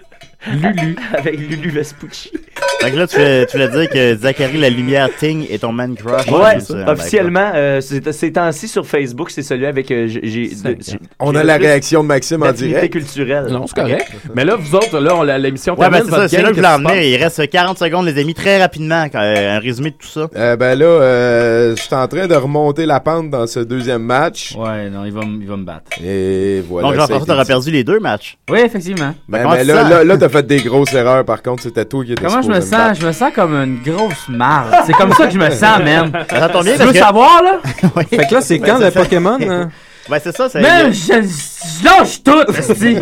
Speaker 9: Lulu.
Speaker 6: euh, Avec Lulu Vespucci.
Speaker 5: Fait que là, tu voulais, tu voulais dire que Zachary La Lumière Ting est ton man crush.
Speaker 6: Ouais,
Speaker 8: hein,
Speaker 5: C'est ça, ben,
Speaker 6: officiellement, euh, c'est- ces temps-ci sur Facebook, c'est celui avec. euh, j'ai- j'ai- de- j'ai-
Speaker 8: On
Speaker 6: j'ai
Speaker 8: a
Speaker 6: le
Speaker 8: la
Speaker 6: plus
Speaker 8: réaction de Maxime en
Speaker 6: d'activité
Speaker 8: direct.
Speaker 6: culturelle.
Speaker 9: Non, c'est correct. Mais là, vous autres, là, on l'a- l'émission
Speaker 5: Ouais, ben
Speaker 9: termine
Speaker 5: c'est ça,
Speaker 9: votre
Speaker 5: c'est là
Speaker 9: game,
Speaker 5: que je voulais
Speaker 9: qu'est-ce
Speaker 5: en
Speaker 9: qui se
Speaker 5: venir. Il reste 40 secondes, les amis, très rapidement, quand- euh, un résumé de tout ça.
Speaker 8: Euh, ben là, euh, je suis en train de remonter la pente dans ce deuxième match.
Speaker 10: Ouais, non, il va, m- il va me battre.
Speaker 8: Et voilà.
Speaker 5: Donc,
Speaker 8: ça a
Speaker 5: Jean-François,
Speaker 8: été
Speaker 5: t'auras
Speaker 8: dit.
Speaker 5: perdu les deux matchs.
Speaker 10: Oui, effectivement.
Speaker 8: Ben,
Speaker 10: Comment
Speaker 8: mais
Speaker 10: tu
Speaker 8: là,
Speaker 10: sens?
Speaker 8: là, là, t'as fait des grosses erreurs, par contre. C'était toi qui étais
Speaker 10: Comment je
Speaker 8: supposé
Speaker 10: me
Speaker 8: me
Speaker 10: sens? Je me sens comme une grosse marde. C'est comme ça que je me sens, man.
Speaker 5: Ça tombe bien
Speaker 10: Tu
Speaker 5: parce
Speaker 10: veux
Speaker 5: que-
Speaker 10: savoir, là?
Speaker 7: Fait que là, c'est
Speaker 5: Ben,
Speaker 7: quand
Speaker 5: ça
Speaker 7: le
Speaker 5: fait-
Speaker 7: Pokémon hein?
Speaker 5: Ben, c'est ça, c'est.
Speaker 10: Man, je, je lâche tout, esti.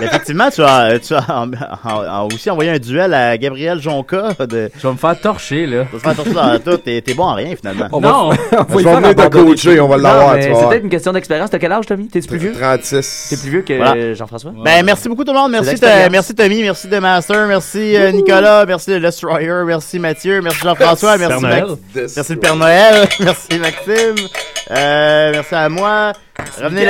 Speaker 5: Mais Effectivement, tu as, euh, tu as en- en- en- aussi envoyé un duel à Gabriel Jonca. De...
Speaker 10: Tu vas me faire torcher, là.
Speaker 5: Tu vas te faire torcher dans tout. T'es t'es bon en rien, finalement.
Speaker 10: On va- Non.
Speaker 8: Je vais venir te coacher, on va
Speaker 6: Non,
Speaker 8: l'avoir,
Speaker 6: mais
Speaker 8: tu
Speaker 6: C'est
Speaker 8: vas voir.
Speaker 6: peut-être une question d'expérience. T'as quel âge, Tommy? T'es-tu plus vieux?
Speaker 8: 36.
Speaker 6: T'es plus vieux que
Speaker 5: Voilà.
Speaker 6: euh, Jean-François?
Speaker 5: Ben, merci beaucoup tout le monde. Merci,
Speaker 6: C'est l'expérience.
Speaker 5: euh, merci Tommy, merci The Master, merci euh, Nicolas, merci le Destroyer, merci Mathieu, merci Jean-François,
Speaker 9: Père
Speaker 5: merci,
Speaker 9: Noël.
Speaker 5: Max- merci le Père Noël, merci Maxime, euh, merci à moi. Revenez